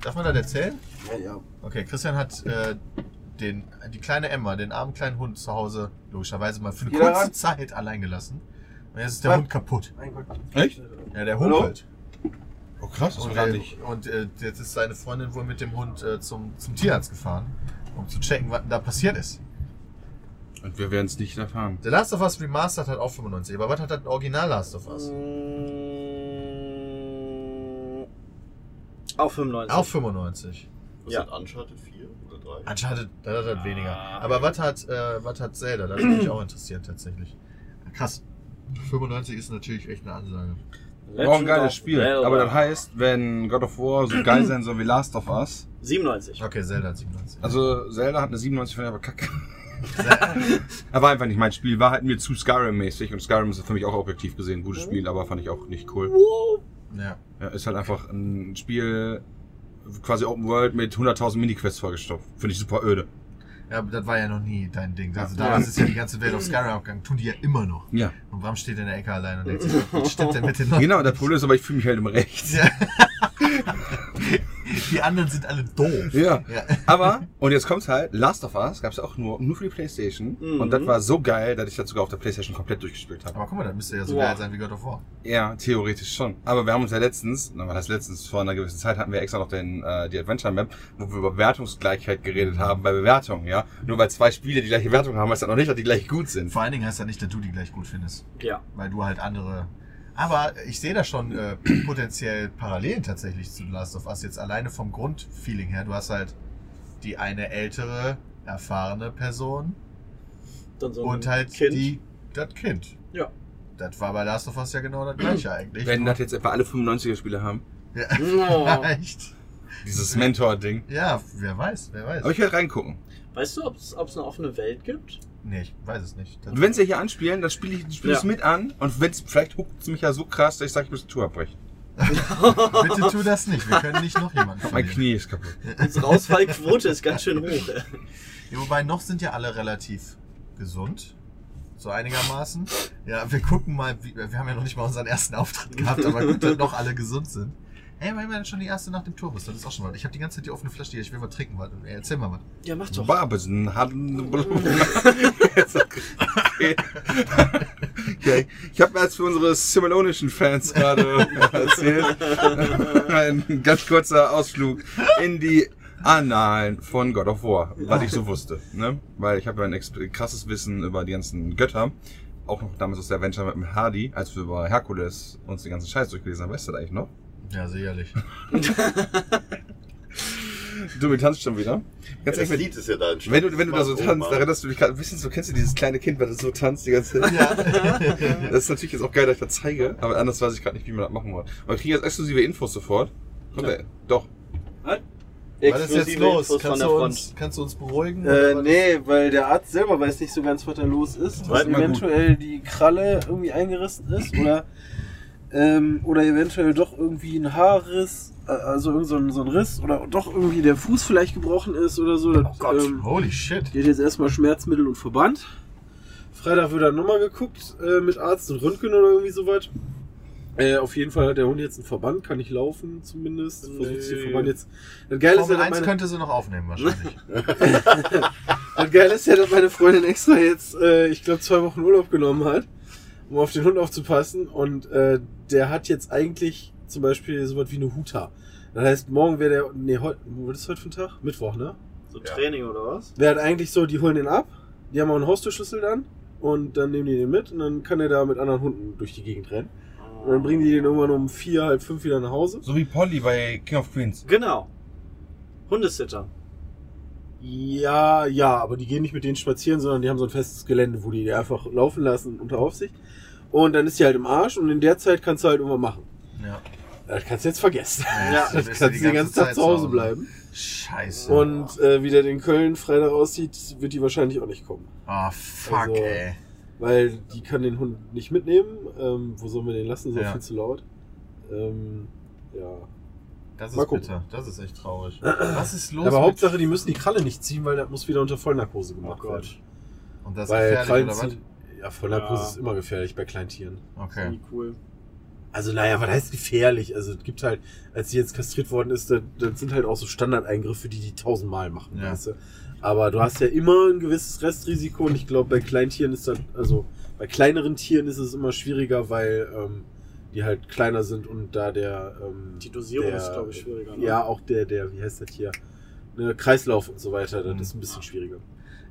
[SPEAKER 6] darf man das erzählen?
[SPEAKER 8] Ja, ja.
[SPEAKER 6] Okay, Christian hat äh, den, die kleine Emma, den armen kleinen Hund zu Hause, logischerweise mal für eine
[SPEAKER 8] Geh da
[SPEAKER 6] kurze
[SPEAKER 8] ran.
[SPEAKER 6] Zeit allein gelassen. Und jetzt ist der
[SPEAKER 8] Was?
[SPEAKER 6] Hund kaputt.
[SPEAKER 8] Mein Gott.
[SPEAKER 7] Echt?
[SPEAKER 6] Ja, der
[SPEAKER 8] Hallo?
[SPEAKER 6] humpelt.
[SPEAKER 7] Oh krass, das
[SPEAKER 6] Und,
[SPEAKER 7] war
[SPEAKER 6] der,
[SPEAKER 7] nicht.
[SPEAKER 6] und äh, jetzt ist seine Freundin wohl mit dem Hund äh, zum, zum Tierarzt gefahren, um zu checken, was denn da passiert ist.
[SPEAKER 7] Und wir werden es nicht erfahren.
[SPEAKER 6] The Last of Us Remastered hat auch 95, aber was hat das Original Last of Us?
[SPEAKER 5] Mm, Auf 95.
[SPEAKER 6] Auch 95.
[SPEAKER 1] Was
[SPEAKER 5] Ja.
[SPEAKER 1] sind Uncharted 4
[SPEAKER 7] Ah,
[SPEAKER 1] oder 3?
[SPEAKER 6] Uncharted, das hat halt weniger. Aber was hat, äh, was hat Zelda? Das würde mich auch interessieren tatsächlich. Krass. 95 ist natürlich echt eine Ansage.
[SPEAKER 7] Wir brauchen ein
[SPEAKER 5] Legend
[SPEAKER 7] geiles
[SPEAKER 5] of
[SPEAKER 7] Spiel.
[SPEAKER 5] Zelda.
[SPEAKER 7] Aber
[SPEAKER 6] halt-
[SPEAKER 7] das heißt, wenn God of War so geil sein soll wie Last of Us,
[SPEAKER 5] 97.
[SPEAKER 6] Okay, Zelda hat 97.
[SPEAKER 7] also Zelda hat eine 97 von der aber kacke. Er war einfach nicht mein Spiel, war halt mir zu Skyrim-mäßig und Skyrim ist für mich auch objektiv gesehen ein gutes Spiel, aber fand ich auch nicht cool.
[SPEAKER 6] Ja.
[SPEAKER 7] Ja, ist halt einfach ein Spiel, quasi Open World mit 100.000 Miniquests vollgestopft. Finde ich super öde.
[SPEAKER 6] Ja, aber das war ja noch nie dein Ding. Also
[SPEAKER 7] Ja.
[SPEAKER 6] damals ist ja die ganze Welt auf Skyrim abgegangen. Tun die ja immer noch.
[SPEAKER 7] Ja.
[SPEAKER 6] Und Bram steht in der Ecke allein und denkt sich, was stimmt denn mit den Leuten?
[SPEAKER 7] Genau, das Problem ist aber, ich fühle mich halt im Recht.
[SPEAKER 6] Ja. die anderen sind alle doof.
[SPEAKER 7] Ja.
[SPEAKER 6] Ja.
[SPEAKER 7] Aber, und jetzt kommt's halt, Last of Us gab's ja auch nur, nur für die Playstation.
[SPEAKER 5] Mhm.
[SPEAKER 7] Und das war so geil, dass ich das sogar auf der Playstation komplett durchgespielt habe.
[SPEAKER 6] Aber guck mal, das müsste ja so
[SPEAKER 5] Boah.
[SPEAKER 6] geil sein wie God of War.
[SPEAKER 7] Ja, theoretisch schon. Aber wir haben uns ja letztens, na, war das letztens, vor einer gewissen Zeit hatten wir extra noch den, äh, die Adventure Map, wo wir über Wertungsgleichheit geredet haben bei Bewertungen, ja. Nur weil zwei Spiele die gleiche Wertung haben, heißt das noch nicht, dass die gleich gut sind.
[SPEAKER 6] Vor allen Dingen heißt das nicht, dass du die gleich gut findest.
[SPEAKER 5] Ja.
[SPEAKER 6] Weil du halt andere. Aber ich sehe da schon äh, potenziell Parallelen tatsächlich zu Last of Us. Jetzt alleine vom Grundfeeling her. Du hast halt die eine ältere, erfahrene Person
[SPEAKER 5] Dann so ein
[SPEAKER 6] und halt
[SPEAKER 5] Kind.
[SPEAKER 6] die das Kind.
[SPEAKER 5] Ja.
[SPEAKER 6] Das war bei Last of Us ja genau das gleiche eigentlich.
[SPEAKER 7] Wenn das jetzt etwa alle 95er-Spiele haben.
[SPEAKER 5] Oh.
[SPEAKER 6] Vielleicht.
[SPEAKER 7] Dieses Mentor-Ding.
[SPEAKER 6] Ja, wer weiß, wer weiß.
[SPEAKER 7] Aber ich werde reingucken.
[SPEAKER 5] Weißt du, ob es eine offene Welt gibt?
[SPEAKER 6] Nee, ich weiß es nicht. Das-
[SPEAKER 7] Und wenn sie hier anspielen, dann spiele ich spiel ich's
[SPEAKER 5] Ja.
[SPEAKER 7] mit an. Und wenn's, vielleicht huckt es mich ja so krass, dass ich sage, ich muss die Tour abbrechen.
[SPEAKER 6] Bitte tu das nicht. Wir können nicht noch jemanden
[SPEAKER 7] Mein
[SPEAKER 6] verlieren.
[SPEAKER 7] Knie ist kaputt.
[SPEAKER 5] Unsere Ausfallquote ist ganz schön hoch.
[SPEAKER 6] Ja, wobei noch sind ja alle relativ gesund. So einigermaßen. Ja, wir gucken mal, wie, wir haben ja noch nicht mal unseren ersten Auftritt gehabt, aber gut, dass noch alle gesund sind. Ey, wir haben ja schon die erste nach dem Tourbus, das ist auch schon mal. Ich habe die ganze Zeit die offene Flasche hier, ich will mal trinken, warte, ey, erzähl mal was.
[SPEAKER 5] Ja, mach doch.
[SPEAKER 7] Barbeson hat. okay. okay. Ich habe jetzt für unsere simulonischen Fans gerade erzählt. Ein ganz kurzer Ausflug in die Annalen von God of War, was ich so wusste. Ne? Weil ich habe ja ein ex- krasses Wissen über die ganzen Götter. Auch noch damals aus der Adventure mit dem Hardy, als wir über Herkules uns den ganzen Scheiß durchgelesen haben. Weißt du das eigentlich noch?
[SPEAKER 6] Ja, sicherlich.
[SPEAKER 7] Du, wir tanzt schon wieder. Ganz
[SPEAKER 1] das
[SPEAKER 7] ehrlich,
[SPEAKER 1] Lied ist ja da entstanden.
[SPEAKER 7] Wenn du, wenn du da so
[SPEAKER 1] Oma.
[SPEAKER 7] tanzt, erinnerst du dich gerade ein bisschen so, kennst du dieses kleine Kind, weil das so tanzt die ganze Zeit? Ja. Das ist natürlich jetzt auch geil, dass ich das zeige, aber anders weiß ich gerade nicht, wie man das machen wollte. Man kriegt jetzt exklusive Infos sofort. Kommt der, doch.
[SPEAKER 6] Was ist jetzt
[SPEAKER 5] Infos
[SPEAKER 6] los?
[SPEAKER 5] von
[SPEAKER 6] Kannst
[SPEAKER 5] der
[SPEAKER 6] du,
[SPEAKER 5] Front.
[SPEAKER 6] uns, kannst du uns beruhigen?
[SPEAKER 8] Äh,
[SPEAKER 6] Oder was?
[SPEAKER 8] nee, weil der Arzt selber weiß nicht so ganz, was da los ist. Dass
[SPEAKER 7] Warte mal gut.
[SPEAKER 8] eventuell die Kralle irgendwie eingerissen ist oder, ähm, oder eventuell doch irgendwie ein Haarriss, äh, also irgend so ein, so ein Riss oder doch irgendwie der Fuß vielleicht gebrochen ist oder so. Das,
[SPEAKER 6] Oh Gott,
[SPEAKER 8] ähm,
[SPEAKER 6] holy shit.
[SPEAKER 8] die hat jetzt erstmal Schmerzmittel und Verband. Freitag wird dann nochmal geguckt äh, mit Arzt und Röntgen oder irgendwie soweit. Äh, auf jeden Fall hat der Hund jetzt einen Verband, kann ich laufen zumindest. Versucht sich den Verband jetzt. Das Geile ist ja,
[SPEAKER 6] Formel
[SPEAKER 8] dass
[SPEAKER 6] 1
[SPEAKER 8] meine-
[SPEAKER 6] könnte sie noch aufnehmen wahrscheinlich.
[SPEAKER 8] Das Geile ist ja, dass meine Freundin extra jetzt, äh, ich glaube, zwei Wochen Urlaub genommen hat, um auf den Hund aufzupassen. Und äh, der hat jetzt eigentlich zum Beispiel sowas wie eine Huta. Das heißt, morgen wäre der. Nee, heute. Was ist heute für ein Tag? Mittwoch, ne?
[SPEAKER 5] So Training oder was?
[SPEAKER 8] Wäre halt eigentlich so, die holen den ab, die haben auch einen Haustürschlüssel dann und dann nehmen die den mit und dann kann er da mit anderen Hunden durch die Gegend rennen. Und dann bringen die den irgendwann um vier, halb fünf wieder nach Hause.
[SPEAKER 7] So wie Polly bei King of Queens.
[SPEAKER 5] Genau. Hundesitter.
[SPEAKER 8] Ja, ja, aber die gehen nicht mit denen spazieren, sondern die haben so ein festes Gelände, wo die die einfach laufen lassen unter Aufsicht. Und dann ist die halt im Arsch und in der Zeit kannst du halt irgendwann machen.
[SPEAKER 6] ja.
[SPEAKER 8] Das kannst du jetzt vergessen.
[SPEAKER 6] Ja,
[SPEAKER 8] Das
[SPEAKER 6] ist
[SPEAKER 8] kannst
[SPEAKER 6] ja
[SPEAKER 8] du den ganzen Tag zu Hause bleiben.
[SPEAKER 6] Scheiße.
[SPEAKER 8] Und äh, wie der in Köln Freitag aussieht, wird die wahrscheinlich auch nicht kommen.
[SPEAKER 6] Ah, fuck,
[SPEAKER 8] Also-
[SPEAKER 6] ey.
[SPEAKER 8] Weil die kann den Hund nicht mitnehmen. Ähm, wo sollen wir den lassen? So
[SPEAKER 6] Ja.
[SPEAKER 8] viel zu laut. Ähm, ja.
[SPEAKER 6] Das
[SPEAKER 8] Mal
[SPEAKER 6] ist
[SPEAKER 8] gucken.
[SPEAKER 6] bitter. Das ist echt traurig. Was ist los?
[SPEAKER 8] Aber
[SPEAKER 6] mit-
[SPEAKER 8] Hauptsache, die müssen die Kralle nicht ziehen, weil das muss wieder unter Vollnarkose gemacht
[SPEAKER 5] Oh Gott.
[SPEAKER 8] werden.
[SPEAKER 6] Und das ist
[SPEAKER 8] Weil
[SPEAKER 6] gefährlich,
[SPEAKER 8] Krallen
[SPEAKER 6] oder was?
[SPEAKER 8] ziehen. Ja, Vollnarkose
[SPEAKER 5] Ja.
[SPEAKER 8] ist immer gefährlich bei Kleintieren.
[SPEAKER 6] Okay.
[SPEAKER 5] Nie cool.
[SPEAKER 8] Also naja, was heißt gefährlich? Also es gibt halt, als sie jetzt kastriert worden ist, dann, dann sind halt auch so Standardeingriffe, die die tausendmal machen.
[SPEAKER 6] Ja.
[SPEAKER 8] Weißt du? Aber du hast ja immer ein gewisses Restrisiko und ich glaube, bei Kleintieren ist das, also bei kleineren Tieren ist es immer schwieriger, weil ähm, die halt kleiner sind und da der... Ähm,
[SPEAKER 5] Die Dosierung
[SPEAKER 8] der,
[SPEAKER 5] ist, glaube ich, schwieriger. ne?
[SPEAKER 8] Ja, auch der, der, wie heißt das hier? Ne, Kreislauf und so weiter, das
[SPEAKER 6] Mhm.
[SPEAKER 8] ist ein bisschen schwieriger.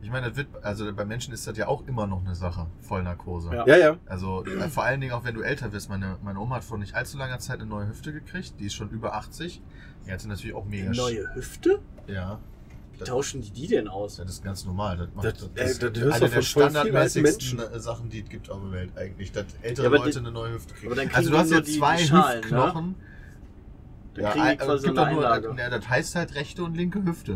[SPEAKER 6] Ich meine, das wird, also bei Menschen ist das ja auch immer noch eine Sache, Vollnarkose.
[SPEAKER 5] Ja.
[SPEAKER 8] Ja, ja.
[SPEAKER 6] Also äh, vor allen Dingen auch, wenn du älter wirst. Meine, meine Oma hat vor nicht allzu langer Zeit eine neue Hüfte gekriegt. Die ist schon über 80. Die hatte natürlich auch mega...
[SPEAKER 5] Eine neue Hüfte?
[SPEAKER 6] Sch- Ja,
[SPEAKER 5] Wie tauschen die die denn aus?
[SPEAKER 6] das ist ganz normal. Das, macht,
[SPEAKER 8] Das-
[SPEAKER 6] das,
[SPEAKER 8] äh,
[SPEAKER 6] ist
[SPEAKER 8] das hörst du
[SPEAKER 6] eine
[SPEAKER 8] von
[SPEAKER 6] der
[SPEAKER 8] voll vielen alten
[SPEAKER 6] standardmäßigsten äh, Sachen, die es gibt auf der Welt eigentlich. Dass ältere
[SPEAKER 5] Ja, aber
[SPEAKER 6] Leute
[SPEAKER 5] die-
[SPEAKER 6] eine neue Hüfte kriegen.
[SPEAKER 5] Aber dann kriegen
[SPEAKER 6] Also du
[SPEAKER 5] die
[SPEAKER 6] hast
[SPEAKER 5] nur
[SPEAKER 6] ja
[SPEAKER 5] die- die
[SPEAKER 6] zwei
[SPEAKER 5] Schalen, ne?
[SPEAKER 6] Hüftknochen.
[SPEAKER 5] Dann kriegen die
[SPEAKER 6] äh,
[SPEAKER 5] quasi
[SPEAKER 6] gibt
[SPEAKER 5] so eine
[SPEAKER 6] doch nur-
[SPEAKER 5] Einlage.
[SPEAKER 6] Ja, das heißt halt rechte und linke Hüfte.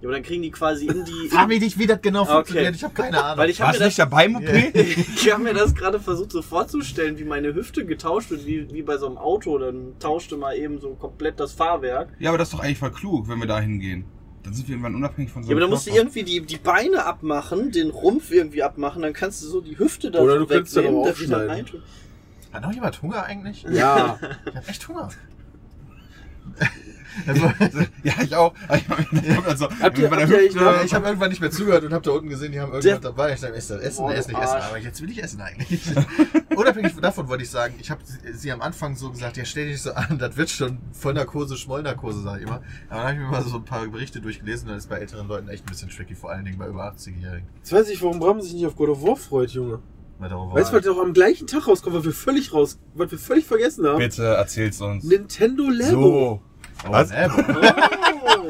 [SPEAKER 5] Ja, aber dann kriegen die quasi in die.
[SPEAKER 6] Frag mich nicht, wie das genau
[SPEAKER 5] Okay.
[SPEAKER 6] funktioniert. Ich habe keine Ahnung.
[SPEAKER 5] Weil ich habe
[SPEAKER 7] Warst
[SPEAKER 5] mir
[SPEAKER 7] du nicht
[SPEAKER 5] das,
[SPEAKER 7] dabei im OP?
[SPEAKER 5] ich hab mir das gerade versucht so vorzustellen, wie meine Hüfte getauscht wird, wie, wie bei so einem Auto. Dann tauschte mal eben so komplett das Fahrwerk.
[SPEAKER 7] Ja, aber das ist doch eigentlich voll klug, wenn wir da hingehen. Dann sind wir irgendwann unabhängig von so
[SPEAKER 5] Ja, aber dann
[SPEAKER 7] einem
[SPEAKER 5] musst du
[SPEAKER 7] Körper.
[SPEAKER 5] irgendwie die, die Beine abmachen, den Rumpf irgendwie abmachen, dann kannst du so die Hüfte da
[SPEAKER 8] Oder du kannst dann aber
[SPEAKER 5] da wieder
[SPEAKER 8] aufschneiden.
[SPEAKER 5] reintun.
[SPEAKER 6] Hat noch jemand Hunger eigentlich?
[SPEAKER 8] Ja.
[SPEAKER 6] Ich habe echt Hunger. Also,
[SPEAKER 7] Ja, ich auch. Aber Ich hab dann so,
[SPEAKER 8] Habt ihr-
[SPEAKER 7] bei der
[SPEAKER 8] habt ihr
[SPEAKER 7] Hüfte-
[SPEAKER 8] eigentlich
[SPEAKER 6] ich habe irgendwann nicht mehr zugehört und habe da unten gesehen, die haben irgendwas dabei. Ich dachte, ist das Essen,
[SPEAKER 5] Boah,
[SPEAKER 6] ess nicht
[SPEAKER 5] du
[SPEAKER 6] Essen.
[SPEAKER 5] Arsch.
[SPEAKER 6] Aber jetzt will ich essen eigentlich. Unabhängig davon wollte ich sagen, ich habe sie, sie am Anfang so gesagt, ja stell dich nicht so an, das wird schon Vollnarkose, Schmollnarkose, sage ich immer. Aber dann habe ich mir mal so ein paar Berichte durchgelesen und das ist bei älteren Leuten echt ein bisschen tricky, vor allen Dingen bei über 80-Jährigen.
[SPEAKER 8] Jetzt weiß ich, warum Bram sich nicht auf God of War freut, Junge.
[SPEAKER 6] Weil darüber
[SPEAKER 8] Weißt du, was doch am gleichen Tag rauskommt, was wir völlig raus, was wir völlig vergessen haben?
[SPEAKER 7] Bitte erzähl's uns.
[SPEAKER 8] Nintendo Labo.
[SPEAKER 7] So.
[SPEAKER 6] oh,
[SPEAKER 7] was?
[SPEAKER 6] Labo.
[SPEAKER 5] Oh.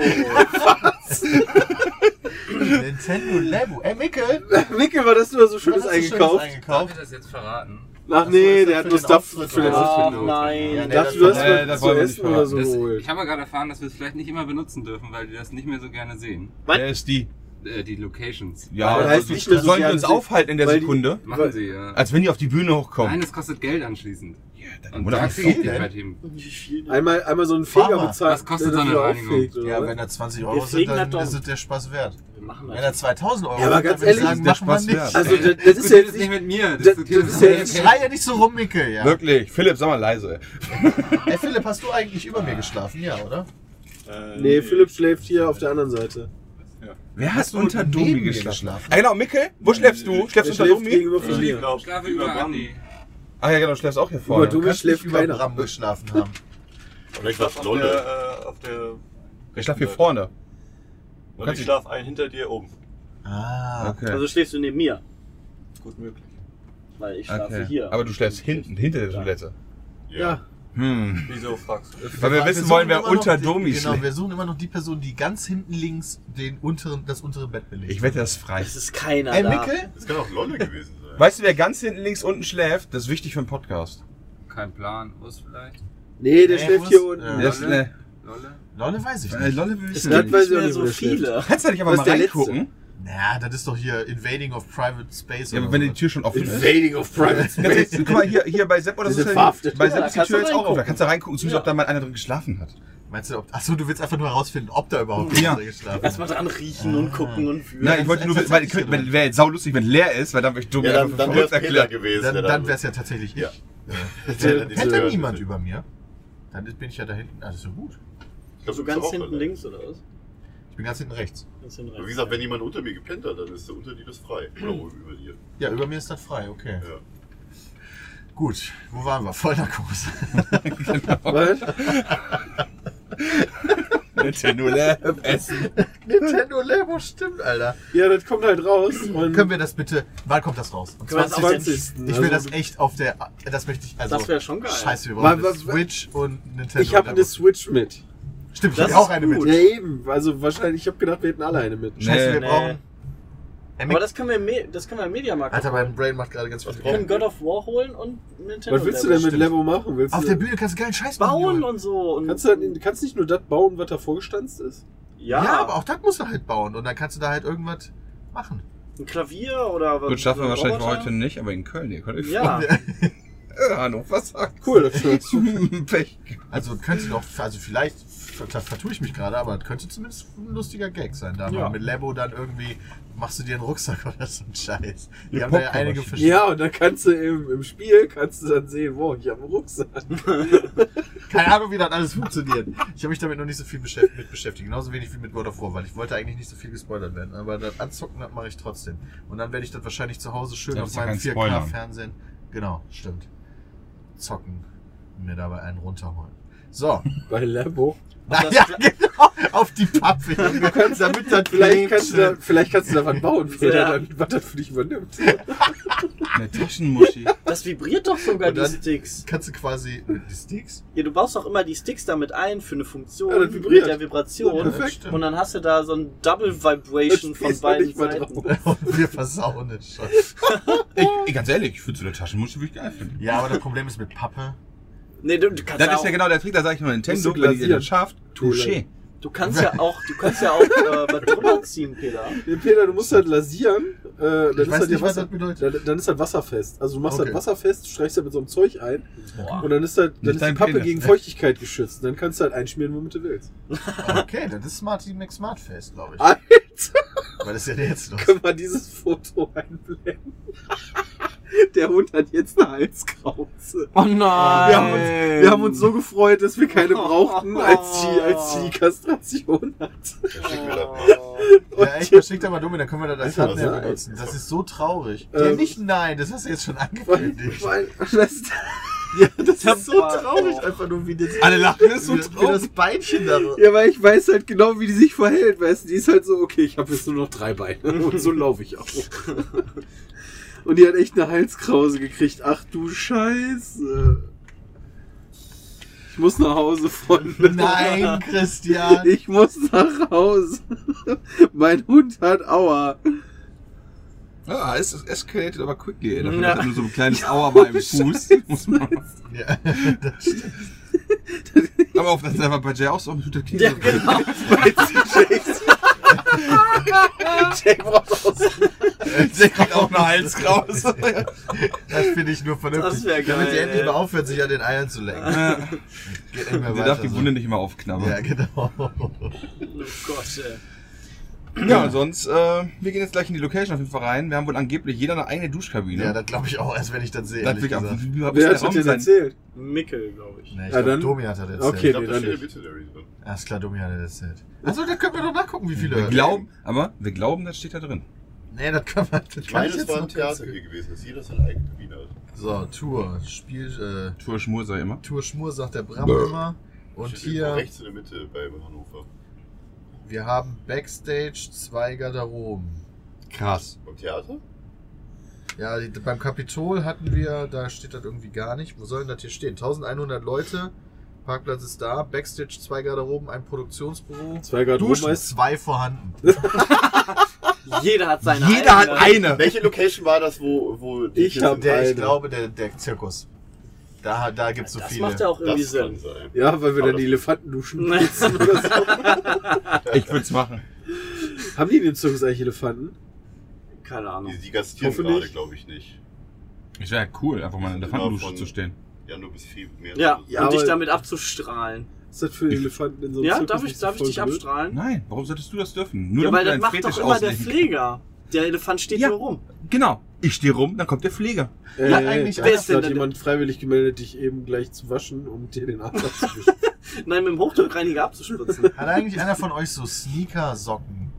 [SPEAKER 6] Oh, Nintendo Labo. Ey, Mickel!
[SPEAKER 8] Micke, war das nur so schönes
[SPEAKER 6] was hast du Schönes
[SPEAKER 8] eingekauft?
[SPEAKER 9] Darf ich
[SPEAKER 6] eingekauft?
[SPEAKER 9] das jetzt verraten?
[SPEAKER 8] Ach
[SPEAKER 6] Ach so,
[SPEAKER 8] nee,
[SPEAKER 6] ist
[SPEAKER 8] der
[SPEAKER 6] das
[SPEAKER 8] hat
[SPEAKER 6] für
[SPEAKER 8] nur
[SPEAKER 6] den
[SPEAKER 8] Stuff
[SPEAKER 6] Auftritt
[SPEAKER 8] für den
[SPEAKER 6] oder was?
[SPEAKER 8] Auftritt.
[SPEAKER 5] Ach
[SPEAKER 9] Pilot.
[SPEAKER 6] Ja,
[SPEAKER 5] nein.
[SPEAKER 6] nee,
[SPEAKER 8] Dachte, du hast
[SPEAKER 7] Nee,
[SPEAKER 8] was
[SPEAKER 7] das
[SPEAKER 8] zu
[SPEAKER 7] wollen wir
[SPEAKER 8] essen
[SPEAKER 7] nicht
[SPEAKER 8] oder so
[SPEAKER 9] Das,
[SPEAKER 8] geholt.
[SPEAKER 9] ich habe gerade erfahren, dass wir es vielleicht nicht immer benutzen dürfen, weil die das nicht mehr so gerne sehen.
[SPEAKER 5] Was?
[SPEAKER 7] Wer ist die?
[SPEAKER 9] Äh, die Locations.
[SPEAKER 7] Ja,
[SPEAKER 8] das heißt
[SPEAKER 7] also,
[SPEAKER 8] nicht mehr so
[SPEAKER 7] sollen wir
[SPEAKER 8] gerne
[SPEAKER 7] uns
[SPEAKER 8] sehen,
[SPEAKER 7] aufhalten in der
[SPEAKER 8] weil die-
[SPEAKER 7] Sekunde?
[SPEAKER 9] Machen sie, ja.
[SPEAKER 7] Als wenn die auf die Bühne hochkommen.
[SPEAKER 9] Nein, es kostet Geld anschließend. Und
[SPEAKER 7] Mutter,
[SPEAKER 9] da
[SPEAKER 7] was
[SPEAKER 9] kriege ich
[SPEAKER 6] soll
[SPEAKER 9] die
[SPEAKER 6] denn?
[SPEAKER 9] bei Team.
[SPEAKER 5] Wie viel?
[SPEAKER 8] Einmal, einmal so einen Feger
[SPEAKER 6] Pharma.
[SPEAKER 8] bezahlt.
[SPEAKER 9] Was kostet
[SPEAKER 8] der
[SPEAKER 9] so eine
[SPEAKER 8] dafür
[SPEAKER 9] Reinigung?
[SPEAKER 8] auffegt, oder
[SPEAKER 6] Ja,
[SPEAKER 8] was?
[SPEAKER 6] wenn da 20
[SPEAKER 5] Wir
[SPEAKER 6] Euro sind,
[SPEAKER 5] fliegen nach
[SPEAKER 6] dann
[SPEAKER 5] Dortmund.
[SPEAKER 6] ist es der Spaß wert.
[SPEAKER 5] Wir machen
[SPEAKER 6] Wenn da
[SPEAKER 5] das.
[SPEAKER 6] 2000 Euro
[SPEAKER 8] Ja, aber
[SPEAKER 6] sind,
[SPEAKER 8] ganz
[SPEAKER 6] dann würde
[SPEAKER 8] ehrlich,
[SPEAKER 6] ich sagen,
[SPEAKER 7] der
[SPEAKER 6] machen wir
[SPEAKER 7] Spaß wert.
[SPEAKER 6] nicht.
[SPEAKER 8] also,
[SPEAKER 9] Ey,
[SPEAKER 8] das, das ist ja
[SPEAKER 9] diskutiert
[SPEAKER 8] jetzt
[SPEAKER 9] es nicht
[SPEAKER 8] nicht,
[SPEAKER 9] mit mir.
[SPEAKER 8] das-
[SPEAKER 9] diskutiert
[SPEAKER 8] das
[SPEAKER 9] es
[SPEAKER 8] ist ja
[SPEAKER 9] mit
[SPEAKER 8] jetzt
[SPEAKER 9] dem
[SPEAKER 6] Schrei ja nicht so rum, Mickel, ja.
[SPEAKER 7] Wirklich, Philipp, sag mal leise.
[SPEAKER 6] Ey, Philipp, hast du eigentlich über mir geschlafen? Ja, oder?
[SPEAKER 1] Äh,
[SPEAKER 8] nee, Philipp schläft hier auf der anderen Seite.
[SPEAKER 7] Wer hat unter
[SPEAKER 6] neben
[SPEAKER 7] Domi
[SPEAKER 6] mir
[SPEAKER 7] geschlafen?
[SPEAKER 6] geschlafen?
[SPEAKER 7] Ah, genau, Mickel, wo schläfst du?
[SPEAKER 8] Der
[SPEAKER 7] Schläfst du
[SPEAKER 8] schläft
[SPEAKER 7] unter Domi?
[SPEAKER 8] gegenüber von
[SPEAKER 1] Ich
[SPEAKER 8] mir.
[SPEAKER 1] glaube,
[SPEAKER 9] Schlafe über Andi.
[SPEAKER 7] Ah ja, genau, du schläfst auch hier
[SPEAKER 8] Über
[SPEAKER 7] vorne.
[SPEAKER 8] Domi.
[SPEAKER 6] Kannst nicht
[SPEAKER 8] schläft
[SPEAKER 6] über
[SPEAKER 8] keiner.
[SPEAKER 6] Bram geschlafen haben.
[SPEAKER 1] Ich schlaf auf
[SPEAKER 4] Lolle.
[SPEAKER 1] der, äh, auf der
[SPEAKER 7] Ich schlaf hier vorne.
[SPEAKER 1] und
[SPEAKER 7] Kannst
[SPEAKER 1] ich
[SPEAKER 7] du-
[SPEAKER 1] schlaf einen hinter dir oben.
[SPEAKER 6] Ah,
[SPEAKER 7] Okay.
[SPEAKER 5] Also schläfst du neben mir,
[SPEAKER 1] Gut möglich.
[SPEAKER 5] weil ich schlafe
[SPEAKER 7] okay.
[SPEAKER 5] hier.
[SPEAKER 7] Aber du schläfst hinten, hinter der Toilette.
[SPEAKER 8] Ja.
[SPEAKER 7] Hm.
[SPEAKER 1] Wieso fragst du?
[SPEAKER 7] Weil wir wissen
[SPEAKER 6] suchen
[SPEAKER 7] wollen, wer
[SPEAKER 6] immer noch
[SPEAKER 7] unter
[SPEAKER 6] die-
[SPEAKER 7] Domi
[SPEAKER 6] Genau,
[SPEAKER 7] schläft.
[SPEAKER 6] wir suchen immer noch die Person, die ganz hinten links den unteren, das untere Bett belegt.
[SPEAKER 7] Ich wette, das ist frei.
[SPEAKER 5] Es ist keiner
[SPEAKER 6] Ey,
[SPEAKER 5] da.
[SPEAKER 6] Mickel?
[SPEAKER 1] Das kann auch Lolle gewesen sein.
[SPEAKER 7] Weißt du, wer ganz hinten links unten schläft? Das ist wichtig für einen Podcast.
[SPEAKER 9] Kein Plan. Urs vielleicht?
[SPEAKER 8] Nee, der
[SPEAKER 6] Ey,
[SPEAKER 8] schläft
[SPEAKER 6] wo
[SPEAKER 8] hier
[SPEAKER 6] ist-
[SPEAKER 8] unten.
[SPEAKER 6] Ja.
[SPEAKER 7] Der ist, ne,
[SPEAKER 9] Lolle?
[SPEAKER 6] Lolle weiß ich
[SPEAKER 7] äh,
[SPEAKER 6] nicht.
[SPEAKER 7] Lolle will
[SPEAKER 5] Es
[SPEAKER 7] ich
[SPEAKER 5] gibt
[SPEAKER 8] weiß
[SPEAKER 5] nicht
[SPEAKER 8] ich auch
[SPEAKER 5] mehr
[SPEAKER 8] nicht,
[SPEAKER 5] so
[SPEAKER 8] wo der schläft.
[SPEAKER 5] viele.
[SPEAKER 7] Kannst du da nicht
[SPEAKER 8] Was
[SPEAKER 7] aber
[SPEAKER 8] ist
[SPEAKER 7] mal
[SPEAKER 8] der letzte?
[SPEAKER 7] reingucken?
[SPEAKER 6] Na, das ist doch hier Invading of Private Space.
[SPEAKER 7] Ja, aber
[SPEAKER 6] oder
[SPEAKER 7] wenn
[SPEAKER 6] so.
[SPEAKER 7] die Tür schon offen ist.
[SPEAKER 8] Invading of Private
[SPEAKER 7] Ganz
[SPEAKER 8] Space.
[SPEAKER 7] ehrlich, Guck mal, hier, hier bei Sepp oder
[SPEAKER 8] Die
[SPEAKER 7] so.
[SPEAKER 8] sind
[SPEAKER 7] ist ja-
[SPEAKER 8] verhaftet.
[SPEAKER 7] Bei
[SPEAKER 5] Ja,
[SPEAKER 7] Sepp
[SPEAKER 5] da
[SPEAKER 7] ist die
[SPEAKER 5] kannst
[SPEAKER 7] Tür
[SPEAKER 5] du
[SPEAKER 7] jetzt auch offen. Da
[SPEAKER 5] reingucken.
[SPEAKER 7] kannst du reingucken, zumindest
[SPEAKER 5] Ja.
[SPEAKER 7] ob da mal einer drin geschlafen hat.
[SPEAKER 6] Meinst du, ob, achso, du willst einfach nur herausfinden, ob da überhaupt
[SPEAKER 7] Ja.
[SPEAKER 6] drin geschlafen hat.
[SPEAKER 5] Erstmal dran riechen und gucken und fühlen.
[SPEAKER 7] Nein, ich wollte nur, weil
[SPEAKER 6] das- das-
[SPEAKER 7] wäre jetzt saulustig, wenn leer ist, weil dann wäre ich dumm
[SPEAKER 1] Ja,
[SPEAKER 7] einfach
[SPEAKER 1] dann,
[SPEAKER 7] für
[SPEAKER 1] dann wäre
[SPEAKER 7] verrückt
[SPEAKER 1] es Peter
[SPEAKER 7] erklärt.
[SPEAKER 1] gewesen.
[SPEAKER 6] Dann,
[SPEAKER 1] der
[SPEAKER 6] dann wäre es ja tatsächlich ich.
[SPEAKER 1] Ja.
[SPEAKER 6] Hätte,
[SPEAKER 1] Ja, die
[SPEAKER 6] hätte
[SPEAKER 1] Tür-
[SPEAKER 6] niemand über mir, dann bin ich ja da hinten. Ah, das ist ja gut.
[SPEAKER 1] Ich glaub,
[SPEAKER 5] So
[SPEAKER 1] du bist
[SPEAKER 5] ganz
[SPEAKER 1] auch
[SPEAKER 5] hinten
[SPEAKER 1] Lolle.
[SPEAKER 5] links oder was?
[SPEAKER 6] Ich bin ganz hinten rechts.
[SPEAKER 5] Ganz hinten
[SPEAKER 1] Aber Wie
[SPEAKER 5] rechts.
[SPEAKER 1] gesagt, wenn jemand unter mir gepennt hat, dann ist der unter dir das frei. Oder oben über dir.
[SPEAKER 5] Oh.
[SPEAKER 6] Ja, über mir ist das frei, okay.
[SPEAKER 1] Ja.
[SPEAKER 6] Gut, wo waren wir? Vollnarkose.
[SPEAKER 8] Was?
[SPEAKER 7] Nintendo Lab essen.
[SPEAKER 6] Nintendo Labo, stimmt, Alter.
[SPEAKER 8] Ja, das kommt halt raus. Und Also,
[SPEAKER 6] Können wir das bitte, wann kommt das raus? Am
[SPEAKER 5] Können wir das auf
[SPEAKER 6] 20.?
[SPEAKER 5] den-
[SPEAKER 6] Ich will
[SPEAKER 5] Also
[SPEAKER 6] das echt auf der, das möchte ich, also.
[SPEAKER 5] Das wäre schon geil.
[SPEAKER 6] Scheiße, wir
[SPEAKER 8] Mal
[SPEAKER 6] brauchen eine
[SPEAKER 8] was-
[SPEAKER 6] Switch und Nintendo
[SPEAKER 8] ich habe
[SPEAKER 6] Labo.
[SPEAKER 8] eine Switch mit.
[SPEAKER 6] Stimmt, ich
[SPEAKER 5] Das
[SPEAKER 6] habe auch
[SPEAKER 5] ist
[SPEAKER 6] eine
[SPEAKER 5] gut.
[SPEAKER 8] Ja,
[SPEAKER 6] mit.
[SPEAKER 8] eben. Also wahrscheinlich, ich habe gedacht, wir hätten alle eine mit.
[SPEAKER 6] Scheiße, wir
[SPEAKER 5] Nee.
[SPEAKER 6] brauchen. Ey,
[SPEAKER 5] Aber
[SPEAKER 6] Mick-
[SPEAKER 5] das können wir im, Me das können wir im Mediamarkt.
[SPEAKER 6] Alter, mein Brain macht gerade ganz viel.
[SPEAKER 5] wir können God of War holen und Nintendo.
[SPEAKER 8] Was willst du
[SPEAKER 5] Labo.
[SPEAKER 8] denn mit Lebo machen? Willst
[SPEAKER 6] Auf
[SPEAKER 8] du
[SPEAKER 6] der Bühne kannst du geilen Scheiß
[SPEAKER 5] bauen
[SPEAKER 6] machen,
[SPEAKER 5] und so? Und
[SPEAKER 8] Kannst du halt dann, kannst nicht nur das bauen, was da vorgestanzt ist?
[SPEAKER 5] ja,
[SPEAKER 6] Ja. aber auch das musst du halt bauen und dann kannst du da halt irgendwas machen.
[SPEAKER 5] ein Klavier oder was?
[SPEAKER 7] Gut, schaffen wir
[SPEAKER 5] oder ein
[SPEAKER 7] wahrscheinlich
[SPEAKER 5] Roboter?
[SPEAKER 7] heute nicht, aber in Köln, ihr könnt euch
[SPEAKER 5] Ja,
[SPEAKER 7] freuen. Ahnung, was sagt
[SPEAKER 8] Cool, das hört sich.
[SPEAKER 7] Hm, Pech.
[SPEAKER 6] Also könnte doch, also vielleicht ver- da vertue ich mich gerade, aber es könnte zumindest ein lustiger Gag sein. Da
[SPEAKER 5] Ja.
[SPEAKER 6] mal mit Labo dann irgendwie machst du dir einen Rucksack oder so einen Scheiß. Die
[SPEAKER 7] Eine
[SPEAKER 6] haben da ja
[SPEAKER 7] Popcornmaschine.
[SPEAKER 6] einige verschiedene.
[SPEAKER 8] Ja, und dann kannst du im, im Spiel kannst du dann sehen, wow, ich habe einen Rucksack.
[SPEAKER 6] Keine Ahnung, wie das alles funktioniert. Ich habe mich damit noch nicht so viel beschäftigt, mit beschäftigt. Genauso wenig wie mit God of War, weil ich wollte eigentlich nicht so viel gespoilert werden. Aber das Anzocken, das mache ich trotzdem. Und dann werde ich das wahrscheinlich zu Hause schön
[SPEAKER 7] Das
[SPEAKER 6] auf
[SPEAKER 7] ist ja
[SPEAKER 6] meinem
[SPEAKER 7] kein Spoilern.
[SPEAKER 6] 4K-Fernsehen. Genau, stimmt. Zocken. und Mir dabei einen runterholen. So.
[SPEAKER 8] Bei Lebo.
[SPEAKER 6] Na, ja, genau. Auf die Pappe. Du kannst damit dann
[SPEAKER 8] Vielleicht kannst, du da, vielleicht kannst du da was bauen, Peter,
[SPEAKER 5] Ja.
[SPEAKER 8] dann, was das für dich übernimmt.
[SPEAKER 7] Eine Taschenmuschi.
[SPEAKER 5] das vibriert doch sogar
[SPEAKER 6] Und
[SPEAKER 5] die
[SPEAKER 6] dann-
[SPEAKER 5] Sticks.
[SPEAKER 6] Kannst du quasi mit die Sticks?
[SPEAKER 5] Ja, du baust doch immer die Sticks damit ein für eine Funktion
[SPEAKER 8] Ja, das
[SPEAKER 5] mit
[SPEAKER 8] vibriert.
[SPEAKER 5] der
[SPEAKER 8] Ja,
[SPEAKER 5] Vibration.
[SPEAKER 8] perfekt.
[SPEAKER 5] und dann hast du da so ein Double Vibration
[SPEAKER 8] Das
[SPEAKER 5] von
[SPEAKER 8] ist noch
[SPEAKER 5] beiden
[SPEAKER 8] nicht mal
[SPEAKER 5] Seiten.
[SPEAKER 8] drauf.
[SPEAKER 6] Und wir versauen es schon.
[SPEAKER 7] Ich, ich, ganz ehrlich, ich würde so eine Taschenmuschi wirklich geil finden.
[SPEAKER 6] Ja, aber das Problem ist mit Pappe.
[SPEAKER 5] Nee, du, du kannst
[SPEAKER 7] Das ist
[SPEAKER 5] auch,
[SPEAKER 7] ja genau der Trick, da sage ich nur Nintendo,
[SPEAKER 8] Musst du
[SPEAKER 7] wenn ihr
[SPEAKER 8] glasieren.
[SPEAKER 7] das schafft, touché.
[SPEAKER 5] Du kannst ja auch, du kannst ja auch äh, was drüber ziehen, Peter.
[SPEAKER 8] Nee, Peter, du musst halt lasieren. Äh, dann, ist halt
[SPEAKER 6] weiß nicht,
[SPEAKER 8] nicht,
[SPEAKER 6] was
[SPEAKER 8] Wasser,
[SPEAKER 6] das bedeutet.
[SPEAKER 8] dann, dann ist halt wasserfest. Also du machst
[SPEAKER 6] Okay.
[SPEAKER 8] halt wasserfest, streichst halt mit so einem Zeug ein
[SPEAKER 5] Boah.
[SPEAKER 8] und dann ist halt dann
[SPEAKER 7] Nicht
[SPEAKER 8] ist die
[SPEAKER 7] dein
[SPEAKER 8] Pappe
[SPEAKER 7] Penis.
[SPEAKER 8] gegen Feuchtigkeit geschützt. Dann kannst du halt einschmieren, womit du willst.
[SPEAKER 6] Okay, das ist Smart Team Max Smart Face, glaube ich.
[SPEAKER 8] Alter,
[SPEAKER 6] Weil das ist ja jetzt los.
[SPEAKER 8] können wir dieses Foto einblenden? Der Hund hat jetzt eine Halskrause.
[SPEAKER 5] Oh nein.
[SPEAKER 8] Wir haben, uns, wir haben uns so gefreut, dass wir keine brauchten, als sie als die Kastration hat.
[SPEAKER 1] Ja, schick mir das mal.
[SPEAKER 6] Ja, echt, man schickt da mal dumm, dann können wir das als
[SPEAKER 8] Einfach
[SPEAKER 6] Thumbnail
[SPEAKER 8] nein.
[SPEAKER 6] benutzen. Das Äh. ist so traurig.
[SPEAKER 8] Ähm.
[SPEAKER 6] ja, nicht nein, das hast du jetzt schon
[SPEAKER 8] Weil,
[SPEAKER 6] angekündigt.
[SPEAKER 8] weil, das, ja, das ist so traurig.
[SPEAKER 6] einfach nur wie das,
[SPEAKER 7] Alle lachen, das ist so
[SPEAKER 6] wie, wie das
[SPEAKER 7] traurig.
[SPEAKER 6] Beinchen da.
[SPEAKER 8] Ja, weil ich weiß halt genau, wie die sich verhält, weißt du? Die ist halt so, okay, ich habe jetzt nur noch drei Beine und so laufe ich auch. Und die hat echt eine Halskrause gekriegt. Ach du Scheiße. Ich muss nach Hause, Freunde.
[SPEAKER 6] Nein, Christian.
[SPEAKER 8] Ich muss nach Hause. Mein Hund hat Aua.
[SPEAKER 7] Ja, es es escalated aber quickly. ey. Dafür
[SPEAKER 5] Ja.
[SPEAKER 7] hat er nur so ein kleines Aua beim Fuß. Muss man-
[SPEAKER 6] Ja.
[SPEAKER 7] Aber auf das war bei Jay auch so. Der Knie
[SPEAKER 5] Ja,
[SPEAKER 7] so-
[SPEAKER 5] genau.
[SPEAKER 8] Jay braucht auch so
[SPEAKER 7] Der kriegt auch eine Hals raus.
[SPEAKER 6] Das finde ich nur vernünftig.
[SPEAKER 5] Das wär geil,
[SPEAKER 6] Damit die
[SPEAKER 5] ey.
[SPEAKER 6] endlich mal aufhört, sich an den Eiern zu lenken.
[SPEAKER 7] Der
[SPEAKER 6] Geht nicht mehr
[SPEAKER 7] darf
[SPEAKER 6] weiter
[SPEAKER 7] die
[SPEAKER 6] so.
[SPEAKER 7] Wunde nicht immer aufknabbern.
[SPEAKER 6] Ja, genau.
[SPEAKER 5] Oh Gott, ey.
[SPEAKER 7] Ja, sonst, äh, wir gehen jetzt gleich in die Location auf jeden Fall rein. Wir haben wohl angeblich jeder eine eigene Duschkabine.
[SPEAKER 6] Ja, das glaube ich auch erst, wenn ich das sehe.
[SPEAKER 7] Genau. das
[SPEAKER 6] Ehrlich
[SPEAKER 7] wirklich ab.
[SPEAKER 6] gesagt.
[SPEAKER 7] Wie hab ich
[SPEAKER 8] Wer
[SPEAKER 7] der
[SPEAKER 8] hat's
[SPEAKER 7] Raum
[SPEAKER 8] dir
[SPEAKER 7] sein?
[SPEAKER 8] erzählt?
[SPEAKER 5] Mickel, glaube ich.
[SPEAKER 6] Nee, ich
[SPEAKER 8] Ja,
[SPEAKER 6] glaub,
[SPEAKER 8] dann-
[SPEAKER 6] Domi hat das erzählt.
[SPEAKER 8] Okay,
[SPEAKER 1] Ich glaube, da
[SPEAKER 8] dann
[SPEAKER 1] steht eine
[SPEAKER 8] nicht.
[SPEAKER 1] Bitterary drin.
[SPEAKER 6] Alles klar, Domi hat das erzählt. Achso, da können wir doch nachgucken, wie viele.
[SPEAKER 7] Wir glauben, aber wir glauben, das steht da drin.
[SPEAKER 6] Nee, das kann man. Das
[SPEAKER 1] Ich
[SPEAKER 6] kann
[SPEAKER 1] meine,
[SPEAKER 6] ich
[SPEAKER 1] es
[SPEAKER 6] jetzt
[SPEAKER 1] war ein
[SPEAKER 6] noch
[SPEAKER 1] Theater hier gewesen, dass jeder seine eigene Kabine hat.
[SPEAKER 6] So, Tour. Spiel,
[SPEAKER 7] Tour Schmur sei immer.
[SPEAKER 6] äh, Tour Schmur sagt der Bram
[SPEAKER 7] Bäh.
[SPEAKER 6] immer. Und
[SPEAKER 1] Steht irgendwo
[SPEAKER 6] hier,
[SPEAKER 1] Rechts in der Mitte bei Hannover.
[SPEAKER 6] wir haben Backstage zwei Garderoben.
[SPEAKER 7] Krass.
[SPEAKER 1] Beim Theater?
[SPEAKER 6] Ja, die, beim Kapitol hatten wir, da steht das irgendwie gar nicht. Wo soll denn das hier stehen? 1100 Leute, Parkplatz ist da, Backstage zwei Garderoben, ein Produktionsbüro.
[SPEAKER 8] Zwei Garderoben
[SPEAKER 6] Duschen
[SPEAKER 8] heißt
[SPEAKER 6] zwei vorhanden.
[SPEAKER 5] Jeder hat seine
[SPEAKER 7] Jeder hat
[SPEAKER 5] eigene.
[SPEAKER 7] eine.
[SPEAKER 1] Welche Location war das, wo, wo die
[SPEAKER 8] Ich
[SPEAKER 1] Kids
[SPEAKER 8] hab-
[SPEAKER 1] im-
[SPEAKER 6] Der, ich
[SPEAKER 8] Eine.
[SPEAKER 6] glaube, der, der Zirkus. Da, da gibt es so
[SPEAKER 5] Das
[SPEAKER 6] viele.
[SPEAKER 5] macht ja auch irgendwie
[SPEAKER 1] Das kann
[SPEAKER 5] Sinn.
[SPEAKER 1] sein.
[SPEAKER 8] Ja, weil wir
[SPEAKER 1] Aber
[SPEAKER 8] dann die Elefanten duschen.
[SPEAKER 5] Nein.
[SPEAKER 7] Ich würde es machen.
[SPEAKER 8] Haben die in dem Zirkus eigentlich Elefanten?
[SPEAKER 5] Keine Ahnung.
[SPEAKER 1] Die, die gastieren
[SPEAKER 8] Hoffentlich.
[SPEAKER 1] gerade, glaube ich nicht.
[SPEAKER 7] Es wäre cool, einfach mal in der Elefantendusche
[SPEAKER 1] Davon-
[SPEAKER 7] zu stehen.
[SPEAKER 1] Ja, nur bis viel mehr.
[SPEAKER 5] Ja,
[SPEAKER 8] Ja,
[SPEAKER 5] und dich
[SPEAKER 8] aber-
[SPEAKER 5] damit abzustrahlen.
[SPEAKER 8] Ist das für Elefanten in so einem
[SPEAKER 5] Ja,
[SPEAKER 8] Zirkus?
[SPEAKER 5] darf ich,
[SPEAKER 8] nicht so
[SPEAKER 5] darf ich dich
[SPEAKER 8] voll blöd?
[SPEAKER 5] abstrahlen?
[SPEAKER 7] Nein, warum solltest du das dürfen? Nur
[SPEAKER 5] Ja, weil
[SPEAKER 7] damit du
[SPEAKER 5] das
[SPEAKER 7] deinen
[SPEAKER 5] macht doch
[SPEAKER 7] Fetisch
[SPEAKER 5] immer der
[SPEAKER 7] auslegen
[SPEAKER 5] Pfleger. Der Elefant steht
[SPEAKER 7] Ja.
[SPEAKER 5] nur rum.
[SPEAKER 7] kannst. Genau. Ich stehe rum, dann kommt der Pfleger.
[SPEAKER 8] Äh,
[SPEAKER 6] Ja, eigentlich
[SPEAKER 8] da
[SPEAKER 5] wer
[SPEAKER 8] hat
[SPEAKER 5] ist denn
[SPEAKER 8] gerade
[SPEAKER 5] denn-
[SPEAKER 8] jemand freiwillig gemeldet, dich eben gleich zu waschen, um dir den Arsch abzuwischen.
[SPEAKER 5] Nein, mit dem Hochdruckreiniger abzuspritzen.
[SPEAKER 6] Hat eigentlich einer von euch so Sneaker-Socken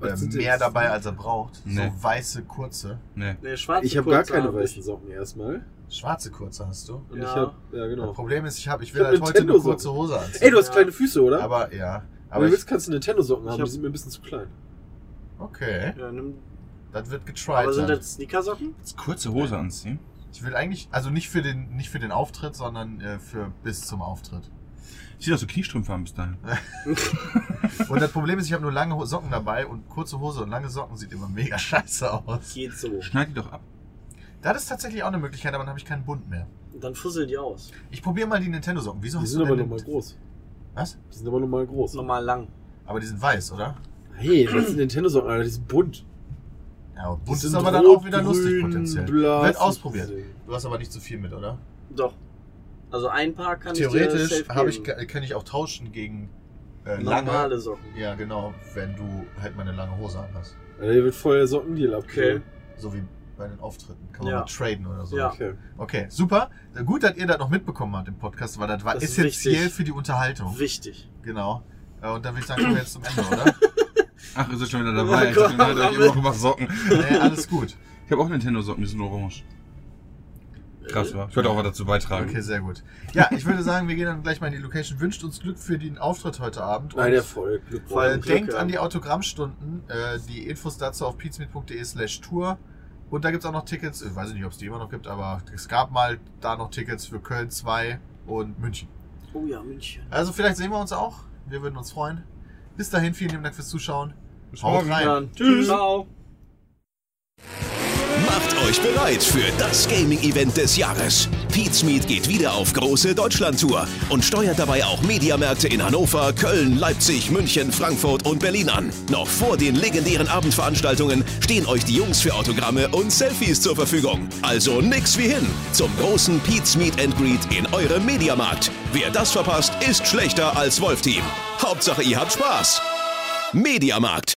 [SPEAKER 6] äh,
[SPEAKER 8] Was sind
[SPEAKER 6] mehr
[SPEAKER 8] denn-
[SPEAKER 6] dabei, als er braucht?
[SPEAKER 7] Nee.
[SPEAKER 6] So weiße, kurze.
[SPEAKER 7] Nee.
[SPEAKER 5] Nee, schwarze
[SPEAKER 8] Ich habe gar
[SPEAKER 5] Kurze
[SPEAKER 8] keine
[SPEAKER 5] hab ich.
[SPEAKER 8] weißen Socken erstmal.
[SPEAKER 6] Schwarze, kurze hast du.
[SPEAKER 8] Und
[SPEAKER 5] Ja.
[SPEAKER 8] ich hab, ja
[SPEAKER 6] Das
[SPEAKER 8] genau.
[SPEAKER 6] Problem ist, ich, hab, ich
[SPEAKER 8] Ich
[SPEAKER 6] will
[SPEAKER 8] hab
[SPEAKER 6] halt heute eine
[SPEAKER 8] Nintendo-Socken.
[SPEAKER 6] kurze Hose anziehen.
[SPEAKER 8] Ey, du ne? hast
[SPEAKER 5] Ja.
[SPEAKER 8] kleine Füße, oder?
[SPEAKER 6] Aber
[SPEAKER 8] Aber
[SPEAKER 6] ja. Aber
[SPEAKER 8] Wenn du
[SPEAKER 6] ich,
[SPEAKER 8] willst, kannst du Nintendo-Socken haben,
[SPEAKER 5] Ich hab-
[SPEAKER 8] die sind mir ein bisschen zu klein.
[SPEAKER 6] okay,
[SPEAKER 5] Ja, nimm,
[SPEAKER 6] das wird getried.
[SPEAKER 5] aber sind
[SPEAKER 6] dann.
[SPEAKER 5] das Sneakersocken?
[SPEAKER 7] Jetzt kurze Hose anziehen.
[SPEAKER 6] Ich will eigentlich, also nicht für den, nicht für den Auftritt, sondern äh, für bis zum Auftritt.
[SPEAKER 7] Ich sehe, dass du Kniestrümpfe haben bis dahin.
[SPEAKER 6] Und das Problem ist, ich habe nur lange Ho- Socken dabei und kurze Hose und lange Socken sieht immer mega scheiße aus.
[SPEAKER 5] Geht so.
[SPEAKER 7] Schneid die doch ab.
[SPEAKER 6] Das ist tatsächlich auch eine Möglichkeit, aber dann habe ich keinen Bund mehr.
[SPEAKER 5] Dann fusseln die aus.
[SPEAKER 6] Ich probiere mal die Nintendo-Socken. Wieso
[SPEAKER 8] Die
[SPEAKER 6] hast
[SPEAKER 8] sind
[SPEAKER 6] du
[SPEAKER 8] aber
[SPEAKER 6] denn
[SPEAKER 8] nochmal groß.
[SPEAKER 6] Was?
[SPEAKER 8] Die sind aber nochmal groß.
[SPEAKER 5] Normal lang.
[SPEAKER 6] Aber die sind weiß, oder?
[SPEAKER 8] Hey, das sind Nintendo-Socken, Alter, die sind bunt.
[SPEAKER 6] Ja, aber
[SPEAKER 8] Die
[SPEAKER 6] bunt ist
[SPEAKER 8] sind
[SPEAKER 6] aber dann
[SPEAKER 8] rot,
[SPEAKER 6] auch wieder lustig
[SPEAKER 8] grün,
[SPEAKER 6] potenziell.
[SPEAKER 8] blau,
[SPEAKER 6] Wird ausprobiert. Du hast aber nicht so viel mit, oder?
[SPEAKER 5] Doch. Also ein paar kann ich dir
[SPEAKER 6] Theoretisch
[SPEAKER 5] safe
[SPEAKER 6] habe ich,
[SPEAKER 5] geben.
[SPEAKER 6] kann ich auch tauschen gegen äh, lange.
[SPEAKER 5] normale Socken.
[SPEAKER 6] Ja, genau, wenn du halt mal eine lange Hose anhast.
[SPEAKER 8] Alter, hier wird voll der Sockendeal
[SPEAKER 5] Okay.
[SPEAKER 8] abgehen.
[SPEAKER 6] So wie bei den Auftritten. Kann man
[SPEAKER 5] Ja.
[SPEAKER 6] mal traden oder so.
[SPEAKER 5] Ja.
[SPEAKER 8] Okay.
[SPEAKER 6] Okay, super. Gut, dass ihr das noch mitbekommen habt im Podcast, weil das war
[SPEAKER 5] Das ist
[SPEAKER 6] essentiell
[SPEAKER 5] wichtig.
[SPEAKER 6] für die Unterhaltung.
[SPEAKER 5] Wichtig.
[SPEAKER 6] Genau. Äh, Und dann würde ich sagen, kommen wir jetzt zum Ende, oder?
[SPEAKER 7] Ach, ist er schon wieder
[SPEAKER 5] Oh
[SPEAKER 7] dabei. Ich
[SPEAKER 5] Gott,
[SPEAKER 7] dachte, ihr habt euch immer über Socken.
[SPEAKER 6] nee, alles gut.
[SPEAKER 7] Ich habe auch Nintendo-Socken, die sind orange. Krass, war. Ich wollte auch was dazu beitragen.
[SPEAKER 6] Okay, sehr gut. Ja, ich würde sagen, wir gehen dann gleich mal in die Location. Wünscht uns Glück für den Auftritt heute Abend.
[SPEAKER 8] Ein Erfolg. Glückwunsch.
[SPEAKER 6] Äh,
[SPEAKER 5] Glück,
[SPEAKER 6] denkt
[SPEAKER 5] ja.
[SPEAKER 6] an die Autogrammstunden. Äh, die Infos dazu auf pizmeet.de slash Tour. Und da gibt es auch noch Tickets. Ich weiß nicht, ob es die immer noch gibt, aber es gab mal da noch Tickets für Köln 2 und München.
[SPEAKER 5] Oh ja, München.
[SPEAKER 6] Also vielleicht sehen wir uns auch. Wir würden uns freuen. Bis dahin, vielen lieben Dank fürs Zuschauen.
[SPEAKER 7] Bis
[SPEAKER 6] Haut
[SPEAKER 7] morgen.
[SPEAKER 6] rein.
[SPEAKER 5] Dann. Tschüss. Ciao.
[SPEAKER 4] Macht euch bereit für das Gaming-Event des Jahres. Pete's Meet geht wieder auf große Deutschlandtour und steuert dabei auch Mediamärkte in Hannover, Köln, Leipzig, München, Frankfurt und Berlin an. Noch vor den legendären Abendveranstaltungen stehen euch die Jungs für Autogramme und Selfies zur Verfügung. Also nix wie hin zum großen Pete's Meet and Greet in eurem Mediamarkt. Wer das verpasst, ist schlechter als Wolf-Team. Hauptsache ihr habt Spaß. Mediamarkt.